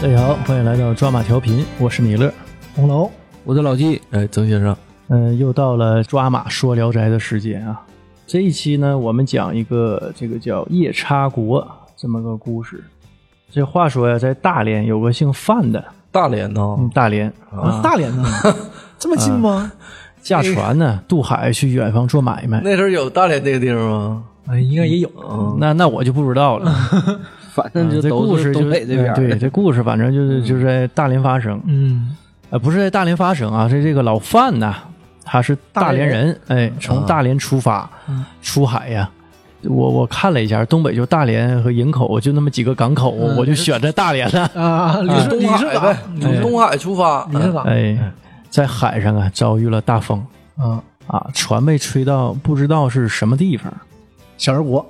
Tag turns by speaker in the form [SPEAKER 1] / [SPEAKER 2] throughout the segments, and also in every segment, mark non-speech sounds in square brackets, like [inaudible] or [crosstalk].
[SPEAKER 1] 大家好，欢迎来到抓马调频，我是米勒，
[SPEAKER 2] 红楼，
[SPEAKER 3] 我的老纪，
[SPEAKER 4] 哎，曾先生，
[SPEAKER 1] 嗯、又到了抓马说聊斋的时间啊。这一期呢，我们讲一个这个叫夜叉国这么个故事。这话说呀，在大连有个姓范的，
[SPEAKER 4] 大连呢？
[SPEAKER 1] 嗯，大连啊，
[SPEAKER 2] 大连呢？ [laughs] 这么近吗？
[SPEAKER 1] 驾船呢渡海去远方做买卖。嗯
[SPEAKER 4] 那时候有大连这个地方吗？
[SPEAKER 2] 哎，应该也有。
[SPEAKER 1] 那那我就不知道了，
[SPEAKER 3] 反正就
[SPEAKER 1] 啊这
[SPEAKER 3] 都
[SPEAKER 1] 故事
[SPEAKER 3] 是
[SPEAKER 1] 就
[SPEAKER 3] 东北这边儿嗯
[SPEAKER 1] 嗯
[SPEAKER 3] [laughs]
[SPEAKER 1] 对，这故事反正就是就是在大连发生，
[SPEAKER 2] 嗯，
[SPEAKER 1] 呃，不是在大连发生啊，是这个老范呐、他是大连人，哎，
[SPEAKER 3] 啊
[SPEAKER 1] 从大连出发，
[SPEAKER 3] 嗯
[SPEAKER 1] 出海呀、我我看了一下，东北就大连和营口就那么几个港口，
[SPEAKER 3] 嗯
[SPEAKER 1] 我就选在大连了。
[SPEAKER 2] 啊，李
[SPEAKER 4] 从
[SPEAKER 2] 世
[SPEAKER 4] 东
[SPEAKER 2] 李世
[SPEAKER 4] 海呗
[SPEAKER 2] 港，，
[SPEAKER 4] 从东海出发。啊
[SPEAKER 2] 李世
[SPEAKER 3] 嗯
[SPEAKER 1] [laughs]
[SPEAKER 2] 港，
[SPEAKER 1] 哎，在海上啊遭遇了大风
[SPEAKER 3] 嗯
[SPEAKER 2] 啊，
[SPEAKER 1] 啊，船被吹到不知道是什么地方。
[SPEAKER 2] 小人国，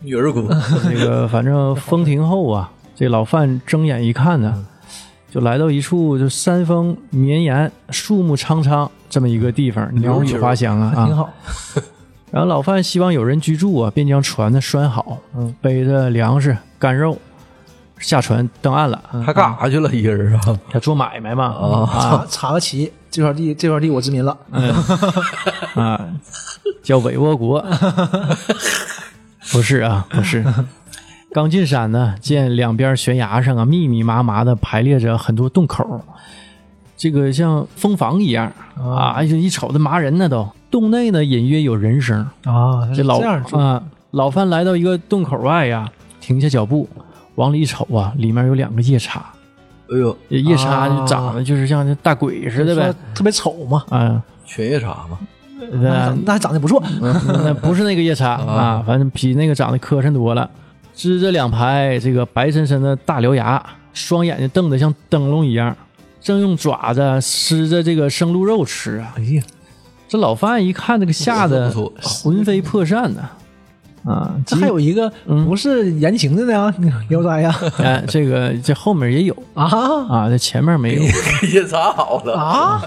[SPEAKER 4] 女儿国，
[SPEAKER 1] [laughs] 这个反正风停后啊，这老范睁眼一看呢，就来到一处就山峰绵延、树木苍苍这么一个地方，鸟语花香啊啊。
[SPEAKER 2] 挺好。
[SPEAKER 1] 然后老范希望有人居住啊，便将船呢拴好，
[SPEAKER 2] 嗯
[SPEAKER 1] 背着粮食、干肉，下船登岸了。
[SPEAKER 4] 还干啥去了？一个人啊？
[SPEAKER 1] 他做买卖嘛
[SPEAKER 2] 查查个旗，这块地这块地我殖民了。
[SPEAKER 1] 啊啊，叫韦沃 [laughs] 国，不是啊，不是。刚进山呢，见两边悬崖上啊，密密麻麻的排列着很多洞口，这个像蜂房一样啊，哎一瞅这麻人呢都。洞内呢隐约有人声，
[SPEAKER 2] 啊，
[SPEAKER 1] 这老
[SPEAKER 2] 样住
[SPEAKER 1] 啊，老范来到一个洞口外呀、停下脚步，往里一瞅啊，里面有两个夜叉，
[SPEAKER 4] 哎呦，
[SPEAKER 1] 夜叉
[SPEAKER 2] 啊
[SPEAKER 1] 就长得就是像那大鬼似的呗，，
[SPEAKER 2] 特别丑嘛，
[SPEAKER 1] 啊，
[SPEAKER 4] 犬夜叉 [laughs] 嘛，
[SPEAKER 1] 那
[SPEAKER 2] 那还长得不错。
[SPEAKER 4] [laughs]
[SPEAKER 1] 那嗯不是那个夜叉啊，反正比那个长得磕碜多了。支着两排这个白森森的大獠牙，双眼睛瞪得像灯笼一样，正用爪子撕着这个生鹿肉吃啊！
[SPEAKER 2] 哎呀，
[SPEAKER 1] 这老范一看，这个吓得
[SPEAKER 4] 不错嗯不
[SPEAKER 1] 魂飞魄散呐、啊！
[SPEAKER 2] 这还有一个不是言情的呢，啊聊斋呀
[SPEAKER 1] 哎，这个这后面也有
[SPEAKER 2] 啊
[SPEAKER 1] 啊，这前面没
[SPEAKER 4] 哎
[SPEAKER 1] 有。
[SPEAKER 4] 夜叉好了。 [laughs]
[SPEAKER 2] 啊，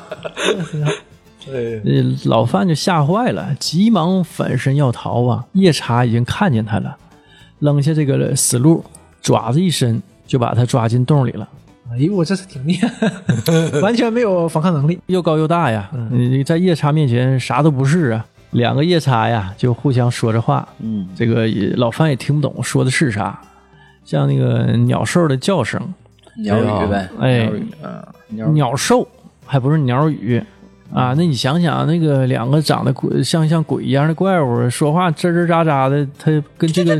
[SPEAKER 4] 哎，
[SPEAKER 1] 呃，老范就吓坏了，急忙反身要逃啊！夜叉已经看见他了，扔下这个死鹿，爪子一伸就把他抓进洞里了。
[SPEAKER 2] 哎呦，我这是挺厉害，完全没有反抗能力。
[SPEAKER 1] 又高又大呀，
[SPEAKER 3] 嗯
[SPEAKER 1] 你在夜叉面前啥都不是啊。两个夜叉呀，就互相说着话，
[SPEAKER 4] 嗯，
[SPEAKER 1] 这个也老范也听不懂说的是啥，像那个鸟兽的叫声，
[SPEAKER 3] 鸟语呗，
[SPEAKER 1] 哎
[SPEAKER 3] 鸟语，嗯，鸟语嗯
[SPEAKER 1] 鸟兽还不是鸟语啊？那你想想，那个两个长得鬼像像鬼一样的怪物，说话吱吱喳喳的，它跟这个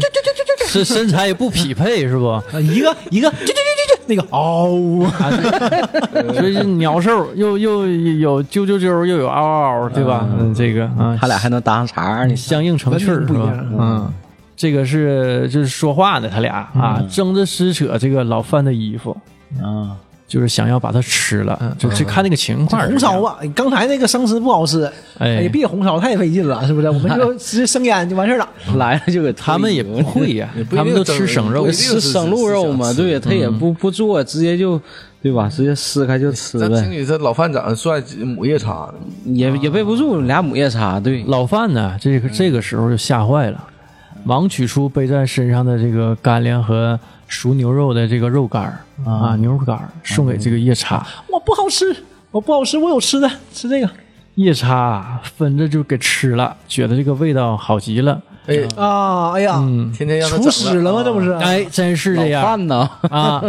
[SPEAKER 1] 身身材也不匹配，是不？
[SPEAKER 2] 啊，一个一个，这这这这这那个哦嗷，
[SPEAKER 1] [laughs] 所以鸟兽又又有啾啾啾，又有嗷嗷，嗷，对吧？嗯，这个啊，
[SPEAKER 3] 他俩还能搭上茬儿，你
[SPEAKER 1] 相映成趣儿
[SPEAKER 2] 完全
[SPEAKER 1] 是
[SPEAKER 2] 不一
[SPEAKER 1] 吧
[SPEAKER 2] 样？
[SPEAKER 1] 嗯，这个是就是说话呢，他俩啊争着撕扯这个老范的衣服，嗯
[SPEAKER 3] 啊，
[SPEAKER 1] 就是想要把他吃了，就是看那个情况。
[SPEAKER 2] 红烧，吧，刚才那个生吃不好吃，
[SPEAKER 1] 哎
[SPEAKER 2] 哎，别红烧太费劲了，是不是？我们就直接生腌就完事儿了。
[SPEAKER 1] 嗯
[SPEAKER 3] 来了就给推
[SPEAKER 1] 他们也不会呀
[SPEAKER 4] 也，不一
[SPEAKER 1] 他
[SPEAKER 4] 定
[SPEAKER 1] 们都吃
[SPEAKER 4] 整
[SPEAKER 1] 生肉
[SPEAKER 4] 不一，定
[SPEAKER 3] 吃生鹿肉嘛，对，他也
[SPEAKER 1] 嗯
[SPEAKER 3] 不不做，直接就对吧？直接撕开就吃
[SPEAKER 4] 咱听
[SPEAKER 3] 呗，
[SPEAKER 4] 你这老范长得帅，母夜叉呢。
[SPEAKER 3] 也也背不住俩母夜叉，对，
[SPEAKER 1] 老范呢，这个这个时候就吓坏了，忙取出背在身上的这个干粮和熟牛肉的这个肉干儿啊，牛肉干儿送给这个夜叉。
[SPEAKER 2] 我不好吃，我不好吃，我有吃的，吃这个
[SPEAKER 1] 夜叉分着就给吃了，觉得这个味道好极了。
[SPEAKER 4] 哎，
[SPEAKER 2] 啊！哎呀，
[SPEAKER 4] 天天让他
[SPEAKER 2] 厨师了吗？这不是？
[SPEAKER 1] 哎，真是
[SPEAKER 3] 老
[SPEAKER 1] 这样。
[SPEAKER 3] 饭呢，
[SPEAKER 1] 啊，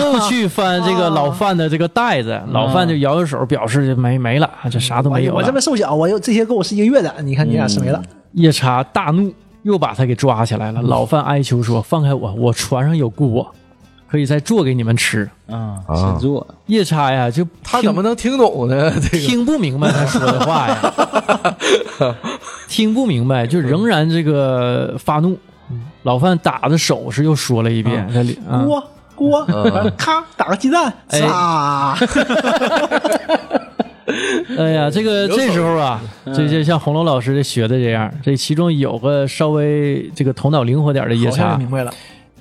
[SPEAKER 1] 又去翻这个老范的这个袋子，老范就摇摇手，表示就没没了，这啥都没有
[SPEAKER 2] 哎我这么
[SPEAKER 1] 了。
[SPEAKER 2] 瘦小，我有这些跟我是一个月的，你看你俩吃没了。
[SPEAKER 1] 夜叉大怒，又把他给抓起来了。老范哀求说：“放开我，我船上有锅，可以再做给你们吃。
[SPEAKER 3] 啊，先 [laughs] 做，”
[SPEAKER 1] 夜叉呀，就
[SPEAKER 4] 他怎么能听懂呢？这个
[SPEAKER 1] 听不明白他说的话呀？ [laughs] 听不明白，就仍然这个发怒。老范打着手势又说了一遍：“这里嗯啊嗯
[SPEAKER 2] 锅锅，咔打个鸡蛋，啊， [laughs]
[SPEAKER 1] 哎呀，这个这时候啊，这些像红楼老师学的这样，这其中有个稍微这个头脑灵活点的夜
[SPEAKER 2] 好像
[SPEAKER 1] 叉，
[SPEAKER 2] 明白了。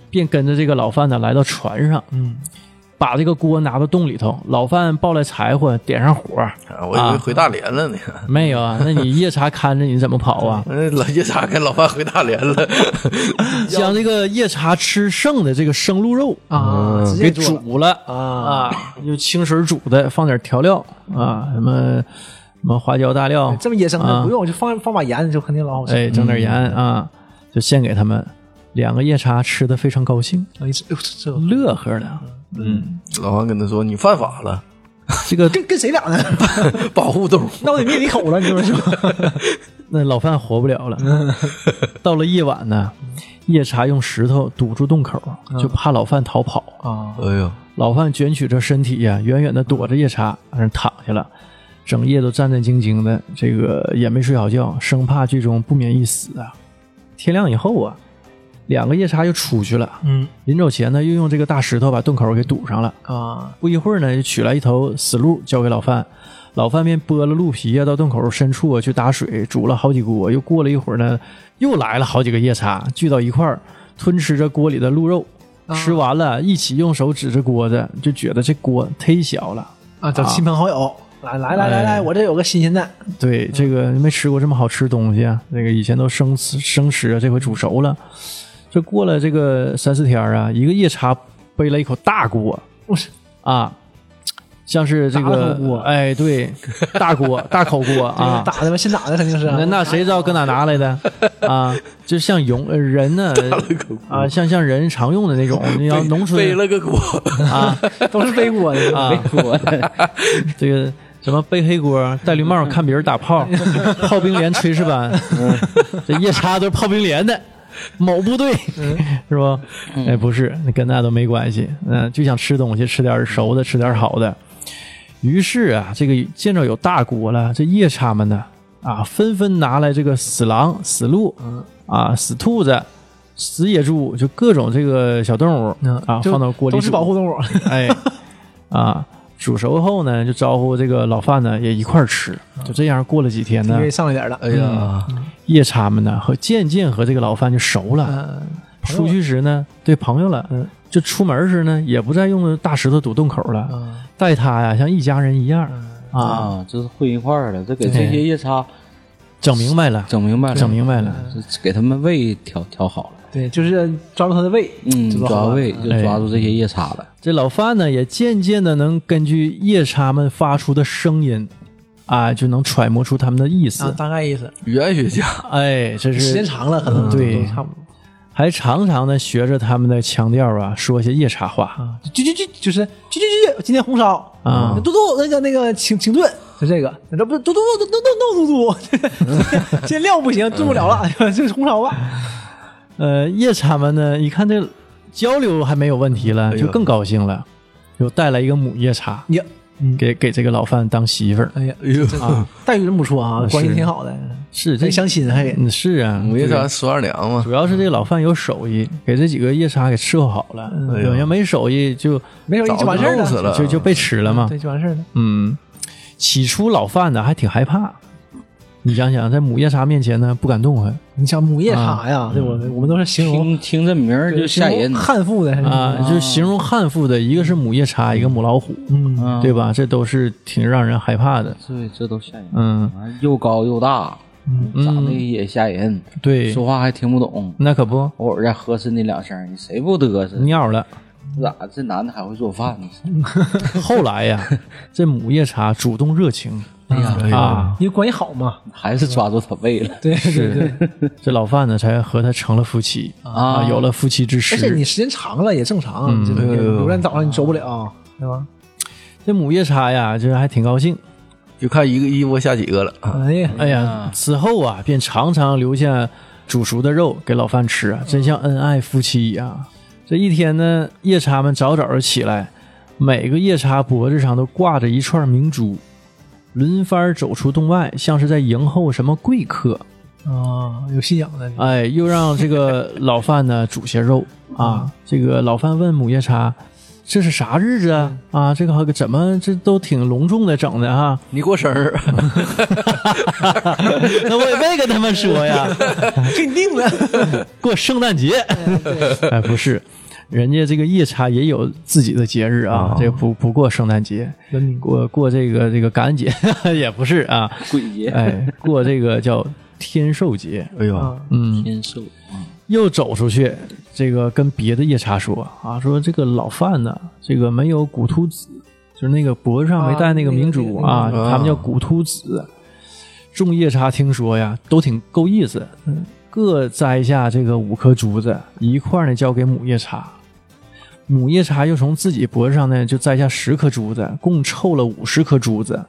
[SPEAKER 1] 便跟着这个老范呢来到船上，
[SPEAKER 2] 嗯，
[SPEAKER 1] 把这个锅拿到洞里头，老范抱来柴火，点上火。
[SPEAKER 4] 啊我以为回大连了呢。
[SPEAKER 1] 没有啊，那你夜叉看着你怎么跑 [laughs] 啊？
[SPEAKER 4] 嗯 [laughs] 老夜叉跟老范回大连了，
[SPEAKER 1] 将这个夜叉吃剩的这个生鹿肉
[SPEAKER 2] 啊，直
[SPEAKER 1] 嗯给
[SPEAKER 2] 接做
[SPEAKER 1] 煮了
[SPEAKER 2] 啊，
[SPEAKER 1] 啊，用清水煮的，放点调料啊，什么什么花椒、大料，
[SPEAKER 2] 哎这么野生
[SPEAKER 1] 啊
[SPEAKER 2] 的不用，就放放把盐就肯定老好吃。
[SPEAKER 1] 哎，整点盐啊，就献给他们。两个夜叉吃的非常高兴，
[SPEAKER 2] 哎呦这这
[SPEAKER 1] 乐呵的。
[SPEAKER 2] 嗯
[SPEAKER 4] 老范跟他说：“你犯法了，
[SPEAKER 1] 这个
[SPEAKER 2] 跟跟谁俩呢？ [laughs]
[SPEAKER 4] 保护动物。
[SPEAKER 2] 那我得灭你口了，你说是吧？
[SPEAKER 1] 那老范活不了
[SPEAKER 2] [laughs]
[SPEAKER 1] 了。到了夜晚呢，夜叉用石头堵住洞口，
[SPEAKER 2] 嗯
[SPEAKER 1] 就怕老范逃跑。
[SPEAKER 2] 啊”，
[SPEAKER 4] 哎呦，
[SPEAKER 1] 老范卷曲着身体呀、远远的躲着夜叉，在那儿躺下了，整夜都战战兢兢的，这个也没睡好觉，生怕最终不免一死啊。天亮以后啊，两个夜叉又出去了，
[SPEAKER 2] [laughs] 嗯
[SPEAKER 1] 临走前呢，又用这个大石头把洞口给堵上了。
[SPEAKER 2] 啊，
[SPEAKER 1] 不一会儿呢，就取来一头死鹿交给老范，老范便剥了鹿皮啊，到洞口深处啊去打水，煮了好几锅。又过了一会儿呢，又来了好几个夜叉，聚到一块儿，吞吃着锅里的鹿肉。吃完了，一起用手指着锅子，就觉得这锅忒小了。
[SPEAKER 2] 啊，找亲朋好友，来来来
[SPEAKER 1] 哎
[SPEAKER 2] 来来，我这有个新鲜的，
[SPEAKER 1] 对，这个没吃过这么好吃东西啊！这个以前都生吃生吃啊，这回煮熟了。这过了这个三四天儿啊，一个夜叉背了一口大锅，
[SPEAKER 2] 我是
[SPEAKER 1] 啊，像是这
[SPEAKER 2] 大
[SPEAKER 1] 个
[SPEAKER 2] 口锅
[SPEAKER 1] 哎，
[SPEAKER 2] [laughs]
[SPEAKER 1] 对，大锅大口锅啊。
[SPEAKER 2] 打的吧，现打的肯定是啊。
[SPEAKER 1] 那那谁知道搁哪拿来的啊？就像用呃人呢啊，像像人常用的那
[SPEAKER 2] [laughs]
[SPEAKER 1] 种，你要农
[SPEAKER 4] 背
[SPEAKER 1] 村
[SPEAKER 4] 了个锅，
[SPEAKER 1] 啊
[SPEAKER 2] 都是背锅的
[SPEAKER 1] 啊，
[SPEAKER 3] 我
[SPEAKER 1] 这个什么背黑锅、戴绿帽、看别人打
[SPEAKER 2] [laughs]
[SPEAKER 1] 炮、炮兵连炊事班，
[SPEAKER 2] 嗯
[SPEAKER 1] 这夜叉都是炮兵连的某部队，
[SPEAKER 2] 嗯
[SPEAKER 1] 是吧？哎，不是，那跟那都没关系。嗯、就想吃东西，吃点熟的，吃点好的。于是啊，这个见着有大锅了，这夜叉们呢，啊，纷纷拿来这个死狼、死鹿，
[SPEAKER 2] 嗯
[SPEAKER 1] 啊，死兔子。死野猪就各种这个小动物、啊，
[SPEAKER 2] 嗯就
[SPEAKER 1] 放到锅里
[SPEAKER 2] 都是
[SPEAKER 1] 煮
[SPEAKER 2] 保护动物。
[SPEAKER 1] [laughs] 哎，啊，煮熟后呢，就招呼这个老范呢也一块儿吃。就这样过了几天
[SPEAKER 2] 因
[SPEAKER 1] 呢，
[SPEAKER 2] 为上来点了，
[SPEAKER 4] 哎呀，
[SPEAKER 1] 夜叉们呢和渐渐和这个老范就熟了。
[SPEAKER 2] 嗯，
[SPEAKER 1] 出去时呢，对朋友了，就出门时呢，也不再用大石头堵洞口
[SPEAKER 2] 嗯
[SPEAKER 1] 了，
[SPEAKER 2] 啊
[SPEAKER 1] 待他呀像一家人一样啊。
[SPEAKER 3] 啊，这是混一块儿了，这给这些夜叉
[SPEAKER 1] 整明白了，
[SPEAKER 3] 整明白了，
[SPEAKER 1] 整明白了。
[SPEAKER 2] 嗯
[SPEAKER 3] 这给他们胃调调好了，
[SPEAKER 2] 对，就是抓住他的胃，
[SPEAKER 3] 嗯，
[SPEAKER 2] 就抓
[SPEAKER 3] 抓
[SPEAKER 2] 好了
[SPEAKER 3] 胃就
[SPEAKER 1] 哎
[SPEAKER 3] 抓住这些夜叉了，
[SPEAKER 1] 这老范呢，也渐渐的能根据夜叉们发出的声音。啊，就能揣摩出他们的意
[SPEAKER 2] 啊，
[SPEAKER 1] 思。
[SPEAKER 2] 大概意思。
[SPEAKER 4] 语言学家，
[SPEAKER 1] 哎，这是
[SPEAKER 2] 时间长了，可
[SPEAKER 3] 嗯
[SPEAKER 2] 能
[SPEAKER 1] 对
[SPEAKER 2] 都差不多
[SPEAKER 1] 啊还常常的学着他们的腔调啊，说些夜叉话。
[SPEAKER 2] 啊，就就就就是就就就今天红烧
[SPEAKER 1] 啊
[SPEAKER 2] 嘟嘟那个那个请请炖，就这个，这不是嘟嘟嘟嘟
[SPEAKER 3] [laughs]
[SPEAKER 2] 嘟嘟嘟嘟，这料不行，炖不了了，
[SPEAKER 3] 嗯
[SPEAKER 2] [laughs] 就是红烧吧。
[SPEAKER 1] 呃，夜叉们呢，一看这交流还没有问题了，
[SPEAKER 4] 呦
[SPEAKER 1] 就更高兴了，又带来一个母夜叉，
[SPEAKER 2] 你嗯
[SPEAKER 1] 给给这个老范当媳妇儿。
[SPEAKER 2] 哎呀，
[SPEAKER 4] 哎呦，
[SPEAKER 2] 待遇真不错啊，关系挺好的，
[SPEAKER 3] 嗯
[SPEAKER 1] 是这
[SPEAKER 2] 还相亲还给
[SPEAKER 1] 哎嗯是啊，
[SPEAKER 4] 母夜叉十二娘嘛，
[SPEAKER 1] 主要是这个老范有手艺，给这几个夜叉给伺候好了。
[SPEAKER 4] 哎呦
[SPEAKER 1] 有人没手艺就
[SPEAKER 2] 没有
[SPEAKER 4] 早
[SPEAKER 2] 就
[SPEAKER 4] 就
[SPEAKER 2] 完事儿
[SPEAKER 4] 弄死了，
[SPEAKER 1] 就就被吃了嘛。
[SPEAKER 2] 对，就完事儿了。
[SPEAKER 1] 嗯，起初老范呢还挺害怕，你想想，在母夜叉面前呢不敢动弹。
[SPEAKER 2] 你想母夜叉呀，对我们我们都是形容
[SPEAKER 3] 嗯听听这名儿就吓人
[SPEAKER 2] 形容，悍妇的
[SPEAKER 1] 啊，就是形容悍妇的，一个是母夜叉，一个母老虎，
[SPEAKER 2] 嗯，
[SPEAKER 3] 嗯
[SPEAKER 1] 对？吧？这都是挺让人害怕的。
[SPEAKER 3] 对，这都吓人，
[SPEAKER 1] 嗯，
[SPEAKER 3] 完又高又大，长得也吓人，
[SPEAKER 1] 对，嗯
[SPEAKER 3] 说话还听不懂，
[SPEAKER 1] 那可不，
[SPEAKER 3] 偶尔再呵斥你两声，你谁不嘚瑟？
[SPEAKER 1] 尿
[SPEAKER 2] [laughs]
[SPEAKER 1] 了。
[SPEAKER 3] 这咋这男的还会做饭呢？
[SPEAKER 1] [laughs] 后来呀，这母夜叉主动热情
[SPEAKER 4] 哎
[SPEAKER 2] 哎
[SPEAKER 1] 啊，
[SPEAKER 2] 因为关系好嘛，
[SPEAKER 3] 还是抓住他胃了 [laughs]
[SPEAKER 2] 对对对。
[SPEAKER 1] 这老范呢才和他成了夫妻啊，有了夫妻之
[SPEAKER 2] 而且
[SPEAKER 1] 实。
[SPEAKER 2] 你时间长了也正常，啊这个流浪岛上你受不了，对吧？
[SPEAKER 1] 这母夜叉呀，这还挺高兴。
[SPEAKER 4] 就看一个一窝下几个了啊。
[SPEAKER 2] 哎呀，
[SPEAKER 1] 哎呀，此后啊，便常常留下煮熟的肉给老范吃啊，真像恩爱夫妻呀、这一天呢，夜叉们早早的起来，每个夜叉脖子上都挂着一串明珠，轮番走出洞外，像是在迎候什么贵客。
[SPEAKER 2] 啊，有信仰的，
[SPEAKER 1] 哎，又让这个老范呢煮些肉啊。这个老范问母夜叉：“这是啥日子啊？啊，这个怎么这都挺隆重的整的啊？”
[SPEAKER 4] 你过生日，
[SPEAKER 1] [laughs] 那我也没跟他们 [laughs] 说呀，
[SPEAKER 2] 给你定了。
[SPEAKER 1] [laughs] 过圣诞节。哎，不是，人家这个夜叉也有自己的节日啊，这不不过圣诞节，
[SPEAKER 2] 文明
[SPEAKER 1] 过过这个这个感恩节 [laughs] 也不是啊，
[SPEAKER 3] 鬼节、
[SPEAKER 1] 哎，过这个叫天寿节，
[SPEAKER 4] [laughs] 哎呦，
[SPEAKER 2] 啊，
[SPEAKER 1] 嗯，
[SPEAKER 3] 天寿啊，
[SPEAKER 1] 又走出去，这个跟别的夜叉说啊，说这个老范呢，这个没有古突子，就是那个脖子上没戴那个明珠啊，
[SPEAKER 2] 啊
[SPEAKER 4] 那个那个
[SPEAKER 1] 他们叫古突子。众夜叉听说呀，都挺够意思，嗯，各摘下这个五颗珠子，一块儿呢交给母夜叉。母夜叉又从自己脖子上呢就摘下十颗珠子，共凑了五十颗珠子。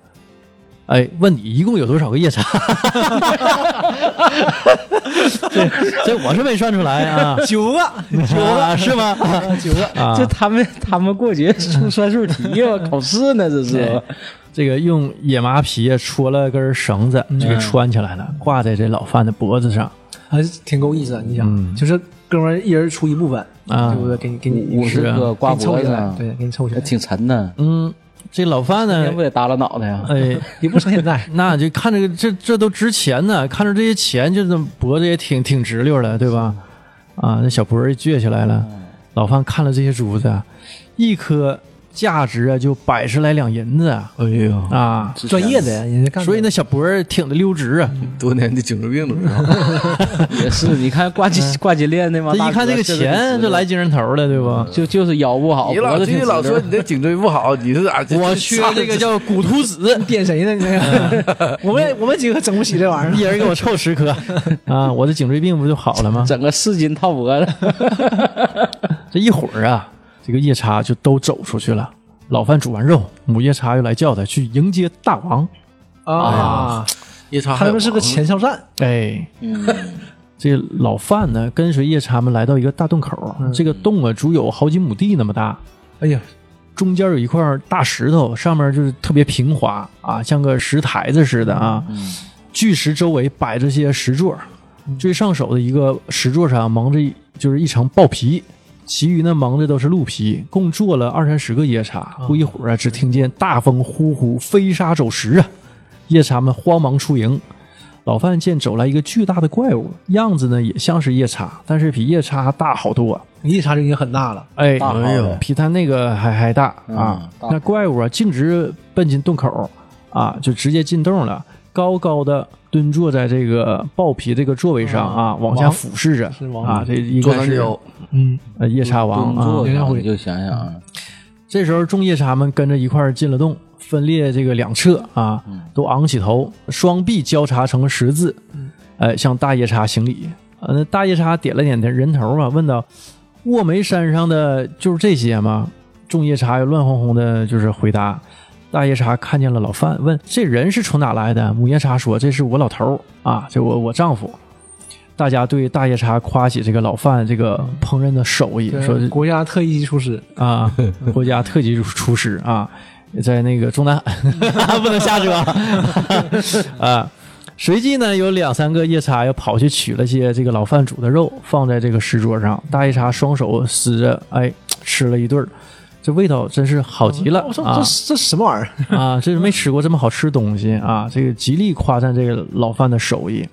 [SPEAKER 1] 哎，问你一共有多少个夜叉？ [laughs] 这这我是没算出来啊，
[SPEAKER 2] 九个，
[SPEAKER 1] [laughs] 九个是吗？
[SPEAKER 2] 九个，
[SPEAKER 1] 啊，
[SPEAKER 3] 这他们他们过节出
[SPEAKER 2] 嗯
[SPEAKER 3] 算数题呀，考试呢这是
[SPEAKER 1] 哎。这个用野麻皮戳了根绳子，
[SPEAKER 3] 嗯
[SPEAKER 1] 这个穿起来了，挂在这老范的脖子上
[SPEAKER 2] [laughs] 还是挺够意思的。你想，就是哥们儿一人出一部分，
[SPEAKER 1] 啊
[SPEAKER 2] 对。不对？给你给你
[SPEAKER 3] 五十
[SPEAKER 1] 是啊
[SPEAKER 3] 个挂
[SPEAKER 2] 给你凑
[SPEAKER 3] 脖
[SPEAKER 2] 起
[SPEAKER 3] 子
[SPEAKER 2] 来
[SPEAKER 3] 上，，
[SPEAKER 2] 对，给你凑起
[SPEAKER 3] 还
[SPEAKER 2] 来，
[SPEAKER 3] 挺沉的，
[SPEAKER 1] 嗯，这老范
[SPEAKER 3] 那
[SPEAKER 1] 呢
[SPEAKER 3] 不，得耷拉脑袋啊呀？
[SPEAKER 1] 哎，。
[SPEAKER 3] [laughs]
[SPEAKER 2] 也不成现在
[SPEAKER 1] 那就看这个这这都值钱呢，看着这些钱，就这么脖子也挺挺直溜了，对吧？啊，那小脖儿也撅起来了。
[SPEAKER 3] 嗯
[SPEAKER 1] 老范看了这些珠子啊，一颗价值啊就百十来两银子啊
[SPEAKER 4] 哎呦，
[SPEAKER 1] 啊，
[SPEAKER 3] 之前
[SPEAKER 2] 专业的呀，人家干的，
[SPEAKER 1] 所以
[SPEAKER 2] [laughs]
[SPEAKER 1] 那小脖儿挺得溜直啊。
[SPEAKER 4] 多年的精神病都知道。
[SPEAKER 3] 也是，
[SPEAKER 1] [laughs]
[SPEAKER 3] 你看挂金挂金链那帮
[SPEAKER 1] 嗯这
[SPEAKER 3] 大哥，
[SPEAKER 1] 一看这个钱，
[SPEAKER 3] 就
[SPEAKER 1] 这来精神头了，对吧？
[SPEAKER 3] 就就是腰不好，
[SPEAKER 4] 你老
[SPEAKER 3] 脖子
[SPEAKER 4] 你
[SPEAKER 3] 挺直
[SPEAKER 4] 老说 [laughs] 你的颈椎不好，你是
[SPEAKER 3] 嗯
[SPEAKER 4] 咋？
[SPEAKER 1] 我缺这个叫骨突
[SPEAKER 3] [laughs]
[SPEAKER 1] 子，
[SPEAKER 2] 点谁呢？你那个，我们我们几个整不起这玩意儿
[SPEAKER 1] [laughs] 一。人给我凑十颗啊！我的颈椎病不就好了吗？
[SPEAKER 3] 整个四斤套脖
[SPEAKER 1] [laughs]
[SPEAKER 3] 子，
[SPEAKER 1] 这一会儿啊，这个夜叉就都走出去了。老范煮完肉，母夜叉又来叫他去迎接大王。
[SPEAKER 2] 啊，
[SPEAKER 4] 夜叉
[SPEAKER 2] 他
[SPEAKER 4] 还有
[SPEAKER 2] 们是个前哨站，
[SPEAKER 1] 哎，
[SPEAKER 3] 嗯，
[SPEAKER 1] [laughs] 这老范呢，跟随夜叉们来到一个大洞口，这个洞啊，足有好几亩地那么大。
[SPEAKER 2] 哎呀，
[SPEAKER 1] 中间有一块大石头，上面就是特别平滑啊，像个石台子似的啊。巨石周围摆着些石座，最上手的一个石座上啊蒙着一就是一层豹皮，其余呢蒙着都是鹿皮，共坐了二三十个夜叉。不一会儿啊，只听见大风呼呼飞沙走石啊，夜叉们慌忙出营。老范见走来一个巨大的怪物，样子呢也像是夜叉，但是比夜叉大好多。啊
[SPEAKER 2] 夜叉就已经很大了，
[SPEAKER 1] 哎，
[SPEAKER 3] 大号的
[SPEAKER 1] 比他那个还还大啊
[SPEAKER 3] 嗯！大
[SPEAKER 1] 那怪物啊，径直奔进洞口啊，就直接进洞了，高高的蹲坐在这个豹皮这个座位
[SPEAKER 3] 嗯
[SPEAKER 1] 上啊，往下
[SPEAKER 2] 王
[SPEAKER 1] 俯视着
[SPEAKER 2] 是王
[SPEAKER 1] 啊，这应
[SPEAKER 4] 坐
[SPEAKER 1] 该
[SPEAKER 4] 三
[SPEAKER 1] 是
[SPEAKER 4] 雕，
[SPEAKER 2] 嗯，
[SPEAKER 1] 呃夜叉王
[SPEAKER 3] 工
[SPEAKER 1] 啊
[SPEAKER 3] 作。
[SPEAKER 2] 嗯
[SPEAKER 3] 上你就想想啊，
[SPEAKER 1] 这时候众夜叉们跟着一块儿进了洞，分列这个两侧啊，都昂起头，双臂交叉成十字，哎，向大夜叉行礼。呃，那大夜叉点了点人头嘛，问道：“卧梅山上的就是这些吗？”众夜叉又乱哄哄的，就是回答。大夜叉看见了老范，问：“这人是从哪来的？”母夜叉说：“这是我老头儿啊，这我我丈夫。”大家对大夜叉夸起这个老范这个烹饪的手艺，说
[SPEAKER 2] 对国家特一厨师，
[SPEAKER 1] 啊，国家特级厨师啊，在那个中南 [laughs] 海不能瞎说
[SPEAKER 2] [laughs]
[SPEAKER 1] 啊。随即呢，有两三个夜叉又跑去取了些这个老饭煮的肉，放在这个石桌上。大夜叉双手撕着，哎，吃了一顿儿，这味道真是好极了
[SPEAKER 2] 嗯我说
[SPEAKER 1] 啊
[SPEAKER 2] 这这什么玩意儿？
[SPEAKER 1] 啊！这是没吃过这么好吃东西啊！这个极力夸赞这个老范的手艺，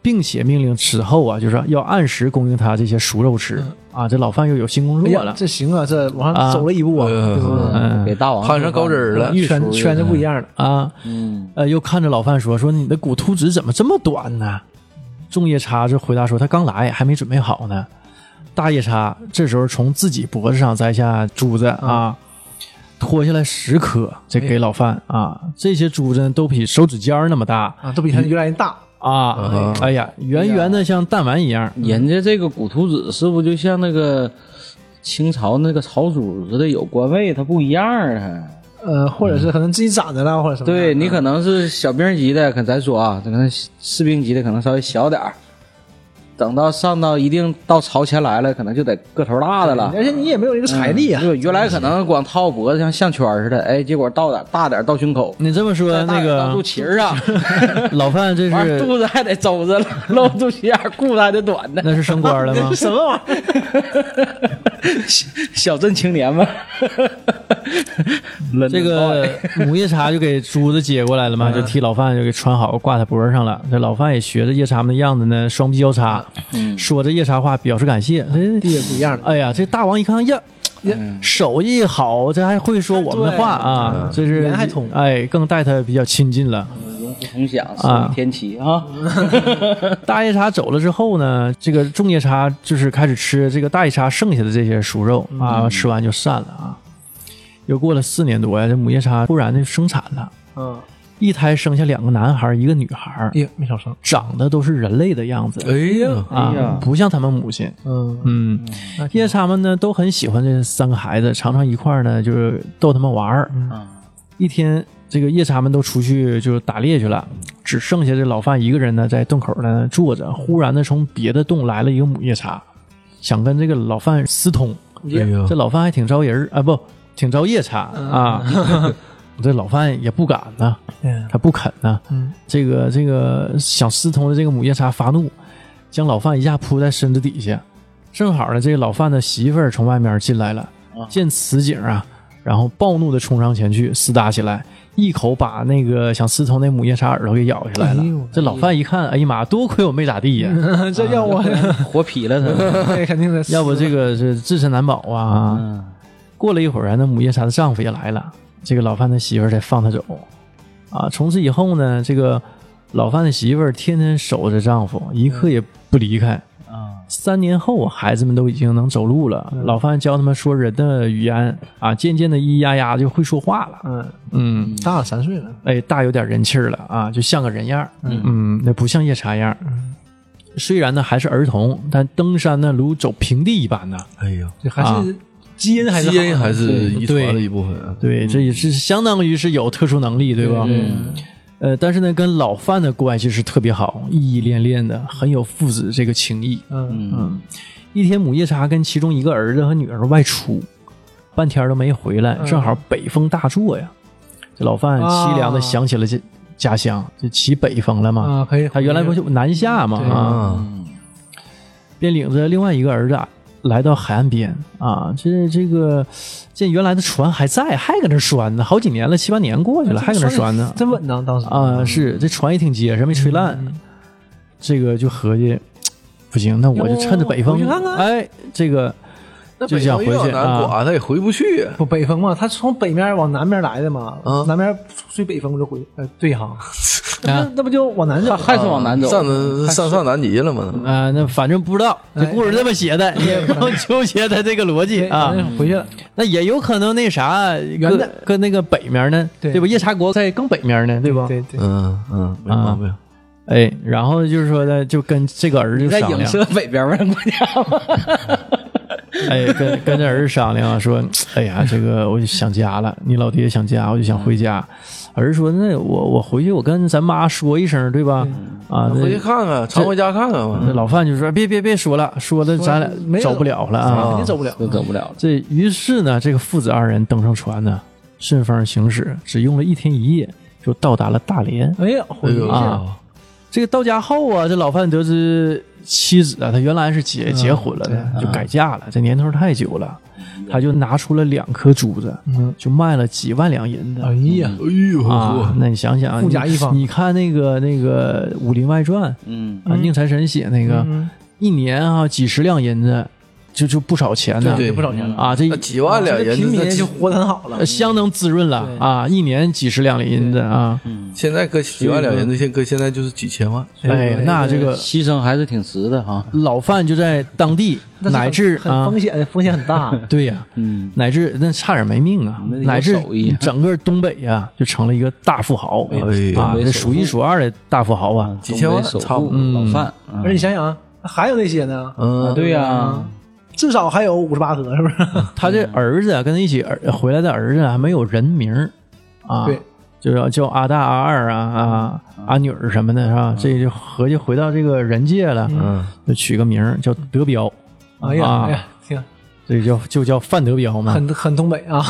[SPEAKER 1] 并且命令此后啊，就是要按时供应他这些熟肉吃啊。这老范又有新工
[SPEAKER 2] 嗯
[SPEAKER 1] 作
[SPEAKER 2] 哎呀，
[SPEAKER 1] 了，
[SPEAKER 2] 这行啊，这往
[SPEAKER 1] 啊
[SPEAKER 2] 上走了一步啊，
[SPEAKER 4] 嗯
[SPEAKER 2] 对不对
[SPEAKER 1] 嗯
[SPEAKER 3] 给大王
[SPEAKER 4] 攀上高枝儿了
[SPEAKER 3] 御厨
[SPEAKER 2] 圈圈子不一，样了。
[SPEAKER 1] 啊。
[SPEAKER 3] 嗯，
[SPEAKER 1] 呃，又看着老范说说你的骨突子怎么这么短呢？众夜叉就回答说他刚来，还没准备好呢。大夜叉这时候从自己脖子上摘下珠子
[SPEAKER 3] 嗯
[SPEAKER 1] 啊，脱下来十颗，这给老范
[SPEAKER 3] 哎
[SPEAKER 1] 啊。这些珠子呢都比手指尖儿那么大
[SPEAKER 2] 啊，都比他原来人大。
[SPEAKER 3] 嗯
[SPEAKER 1] 啊，哎呀，圆圆的像弹丸一样。
[SPEAKER 3] 人家这个古图子是不是就像那个清朝那个朝主似的，有官位，它不一样啊？
[SPEAKER 2] 呃，或者是可能自己攒的啦，或者什么的。
[SPEAKER 3] 对你可能是小兵级的，可咱说啊，可能士兵级的可能稍微小点儿，等到上到一定到朝前来了，可能就得个头大的了。
[SPEAKER 2] 而且你也没有这个财力啊。
[SPEAKER 3] 对，原来可能光套脖子像项圈似的，哎，结果到点大点到胸口，
[SPEAKER 1] 你这么说，
[SPEAKER 3] 再大
[SPEAKER 1] 那
[SPEAKER 3] 点到肚
[SPEAKER 1] 个
[SPEAKER 3] 脐儿上，
[SPEAKER 1] [laughs] 老范这
[SPEAKER 3] [laughs] 完
[SPEAKER 1] 是
[SPEAKER 3] 肚子还得周着了，露肚脐眼儿，裤子还得短呢。
[SPEAKER 1] 那是升官了吗
[SPEAKER 3] [laughs]
[SPEAKER 2] 这？什么玩意儿？
[SPEAKER 3] 小镇青年嘛，伦敦
[SPEAKER 1] 这
[SPEAKER 3] boy
[SPEAKER 1] 个 [laughs] 母夜叉就给珠子接过来了嘛，就替老范就给穿好挂他脖上了。这老范也学着夜叉们的样子呢，双臂交叉，
[SPEAKER 2] 嗯
[SPEAKER 1] 说着夜叉话表示感谢。哎
[SPEAKER 2] 地也不一样了。
[SPEAKER 1] 哎呀，这大王一看呀。哎呀手艺好，这还会说我们的话啊，这是
[SPEAKER 2] 语言还通
[SPEAKER 1] 哎，更带他比较亲近了。
[SPEAKER 3] 同享受天齐啊！
[SPEAKER 1] 大夜叉走了之后呢，这个众夜叉就是开始吃这个大夜叉剩下的这些熟肉啊，吃完就散了啊。又过了四年多呀，这母夜叉突然就生产了，
[SPEAKER 2] 嗯，
[SPEAKER 1] 一胎生下两个男孩儿，一个女孩儿，
[SPEAKER 2] 哎呀，没少生。
[SPEAKER 1] 长得都是人类的样子
[SPEAKER 4] 哎呀，
[SPEAKER 1] 啊，
[SPEAKER 3] 哎呀
[SPEAKER 1] 不像他们母亲。
[SPEAKER 2] 嗯，
[SPEAKER 1] 嗯，夜叉们呢都很喜欢这三个孩子，常常一块儿呢就是逗他们玩儿。一天，这个夜叉们都出去就是打猎去了，只剩下这老范一个人呢在洞口呢坐着。忽然呢，从别的洞来了一个母夜叉，想跟这个老范私通。
[SPEAKER 4] 哎呀
[SPEAKER 1] 这，老范还挺招人儿啊，不挺招夜叉啊。 [laughs] 这老范也不敢呢，
[SPEAKER 2] 哎
[SPEAKER 1] 他不肯呢。
[SPEAKER 2] 嗯
[SPEAKER 1] 这个这个想私通的这个母夜叉发怒，将老范一下扑在身子底下。正好呢，这个老范的媳妇儿从外面进来了，见此景啊，然后暴怒的冲上前去厮打起来，一口把那个想私通那母夜叉耳朵给咬下来了。
[SPEAKER 2] 哎呦嗯
[SPEAKER 1] 这老范一看，哎呀妈，多亏我没咋地呀、
[SPEAKER 2] [laughs] 这要我，
[SPEAKER 3] 活劈了他，
[SPEAKER 2] 啊这肯定得死。
[SPEAKER 1] 要不这个是自身难保啊。
[SPEAKER 2] 嗯
[SPEAKER 1] 过了一会儿啊，那母夜叉的丈夫也来了，这个老范的媳妇儿才放他走。啊，从此以后呢，这个老范的媳妇儿天天守着丈夫，一刻也不离开。
[SPEAKER 3] 啊，
[SPEAKER 1] 三年后，孩子们都已经能走路了，老范教他们说人的语言啊，渐渐的咿咿呀呀就会说话了。
[SPEAKER 2] 嗯，
[SPEAKER 1] 嗯，
[SPEAKER 2] 大了三岁了，
[SPEAKER 1] 哎，大有点人气儿了啊，就像个人样儿嗯，那不像夜叉样儿虽然呢还是儿童，但登山呢如走平地一般呢。
[SPEAKER 4] 哎呀，
[SPEAKER 2] 这还是基因还是
[SPEAKER 4] 基因
[SPEAKER 2] 好
[SPEAKER 4] 还是遗传的一部分啊。
[SPEAKER 1] 对，这也是相当于是有特殊能力，对吧？
[SPEAKER 3] 嗯
[SPEAKER 1] 呃，但是呢，跟老范的关系是特别好，依依恋恋的，很有父子这个情谊。
[SPEAKER 2] 嗯
[SPEAKER 1] 嗯，一天母夜叉跟其中一个儿子和女儿外出，半天都没回来，
[SPEAKER 2] 嗯
[SPEAKER 1] 正好北风大作呀。这老范凄凉的
[SPEAKER 2] 啊
[SPEAKER 1] 想起了家家乡，就起北风了嘛。
[SPEAKER 2] 啊，可以。
[SPEAKER 1] 他原来不就南下嘛
[SPEAKER 2] 对
[SPEAKER 1] 啊，
[SPEAKER 4] 啊，
[SPEAKER 1] 便领着另外一个儿子啊来到海岸边啊，这这个见原来的船还在，还搁那拴呢，好几年了，七八年过去了，还搁那拴呢，
[SPEAKER 2] 真稳当当时
[SPEAKER 1] 啊，是这船也挺结实，没吹烂。
[SPEAKER 2] 嗯
[SPEAKER 1] 这个就合计，不行，那我就趁着北风
[SPEAKER 2] 要不我去看，看
[SPEAKER 1] 哎，这个
[SPEAKER 4] 那
[SPEAKER 1] 就
[SPEAKER 4] 北
[SPEAKER 1] 想
[SPEAKER 4] 京
[SPEAKER 1] 回
[SPEAKER 4] 越
[SPEAKER 1] 去
[SPEAKER 4] 往南
[SPEAKER 1] 啊。
[SPEAKER 4] 刮，他也回不去啊。
[SPEAKER 2] 不北风嘛，他从北面往南面来的嘛，
[SPEAKER 4] 嗯
[SPEAKER 2] 南面吹北风就回，呃，对
[SPEAKER 1] [laughs]
[SPEAKER 2] 哈，那
[SPEAKER 1] 啊
[SPEAKER 2] 不那不就往南走？
[SPEAKER 3] 还是往南走，
[SPEAKER 4] 上南上上南极了吗？
[SPEAKER 1] 啊，那反正不知道，这
[SPEAKER 2] 哎
[SPEAKER 1] 故事这么写的，你也不用纠结他这个逻辑啊。
[SPEAKER 2] 哎回去了，
[SPEAKER 1] 那也有可能那啥，
[SPEAKER 2] 圆的
[SPEAKER 1] 跟跟那个北面呢，
[SPEAKER 2] 对
[SPEAKER 1] 对吧？夜叉国在更北面呢，对啊吧？
[SPEAKER 2] 对对，
[SPEAKER 4] 嗯嗯，没
[SPEAKER 1] 啊
[SPEAKER 4] 毛病。
[SPEAKER 1] 哎，然后就是说呢，就跟这个儿子
[SPEAKER 3] 你在
[SPEAKER 1] 商
[SPEAKER 3] 影
[SPEAKER 1] 量，
[SPEAKER 3] 射北边儿的国家吗？
[SPEAKER 1] [laughs] 哎，跟跟这儿子商量说，哎呀，这个我就想家了，你老爹想家，我就想回家。儿子说，那我我回去我跟咱妈说一声，对吧？啊，
[SPEAKER 4] 嗯回去
[SPEAKER 1] 那
[SPEAKER 4] 看嗯看，常回家看看
[SPEAKER 1] 那
[SPEAKER 4] 吧。
[SPEAKER 1] 老范就说，别别别说了，说的咱
[SPEAKER 2] 说没
[SPEAKER 1] 俩
[SPEAKER 2] 有嗯
[SPEAKER 1] 走不了了
[SPEAKER 2] 肯
[SPEAKER 1] 啊
[SPEAKER 2] 定。走不了。
[SPEAKER 3] 都走不了了，
[SPEAKER 1] [laughs] 这于是呢，这个父子二人登上船呢，顺风行驶，只用了一天一夜就到达了大连。
[SPEAKER 2] 哎呀，回去了，
[SPEAKER 1] 啊，这个到家后啊，这老范得知妻子啊，他原来是
[SPEAKER 2] 嗯
[SPEAKER 1] 结结婚了的，就改嫁了，这年头太久了，他就拿出了两颗珠子，
[SPEAKER 2] 嗯，
[SPEAKER 1] 就卖了几万两银子
[SPEAKER 2] 哎呀，
[SPEAKER 4] 哎呦，
[SPEAKER 1] 啊！那你想想，
[SPEAKER 2] 富甲一方
[SPEAKER 1] 你你看那个那个《武林外传》
[SPEAKER 3] 嗯，
[SPEAKER 1] 啊，宁财神写那个，
[SPEAKER 2] 嗯
[SPEAKER 1] 一年啊几十两银子，就就不少钱呢
[SPEAKER 4] 对对
[SPEAKER 2] 不少钱了，
[SPEAKER 1] 啊，这
[SPEAKER 4] 那几万两
[SPEAKER 2] 这
[SPEAKER 4] 银
[SPEAKER 2] 平
[SPEAKER 4] 子，
[SPEAKER 2] 民
[SPEAKER 4] 这
[SPEAKER 2] 就活得很好了
[SPEAKER 1] 呃。相当滋润了
[SPEAKER 2] 对嗯
[SPEAKER 1] 啊，一年几十两银子啊，
[SPEAKER 4] 现在搁几万两银子，现在搁现在就是几千万。
[SPEAKER 1] 哎，那这个
[SPEAKER 3] 牺牲还是挺实的哈。
[SPEAKER 1] 老范就在当地
[SPEAKER 2] 那是很
[SPEAKER 1] 乃至
[SPEAKER 2] 很
[SPEAKER 1] 啊
[SPEAKER 2] 风。险，风险
[SPEAKER 1] [laughs]
[SPEAKER 2] 很大。
[SPEAKER 1] 对呀、
[SPEAKER 3] 嗯，
[SPEAKER 1] 乃至那差点没命啊
[SPEAKER 3] 那，有
[SPEAKER 1] 乃至
[SPEAKER 3] 手艺
[SPEAKER 1] 整个东北呀、就成了一个大富豪，
[SPEAKER 4] 哎
[SPEAKER 1] 啊，
[SPEAKER 3] 东北
[SPEAKER 1] 这
[SPEAKER 3] 首富
[SPEAKER 1] 数
[SPEAKER 3] 嗯
[SPEAKER 1] 一数二的大富豪啊，
[SPEAKER 4] 几千万
[SPEAKER 3] 东北首
[SPEAKER 4] 差不
[SPEAKER 3] 富
[SPEAKER 4] 多
[SPEAKER 3] 老范，嗯
[SPEAKER 2] 而且你想想啊，还有那些呢，
[SPEAKER 1] 啊
[SPEAKER 4] 嗯，
[SPEAKER 3] 对呀，
[SPEAKER 2] 至少还有五十八颗，是不是？
[SPEAKER 1] 他这儿子啊，跟他一起儿回来的儿子啊还没有人名儿啊，
[SPEAKER 2] 对，
[SPEAKER 1] 就是叫阿大、阿二啊、啊
[SPEAKER 3] 嗯
[SPEAKER 1] 阿女儿什么的，是吧？这就合计回到这个人界了，
[SPEAKER 4] 嗯，
[SPEAKER 1] 就取个名儿叫德彪，
[SPEAKER 2] 哎呀，
[SPEAKER 1] 啊
[SPEAKER 2] 哎呀，挺
[SPEAKER 1] 这就叫就叫范德彪嘛。
[SPEAKER 2] 很很东北啊，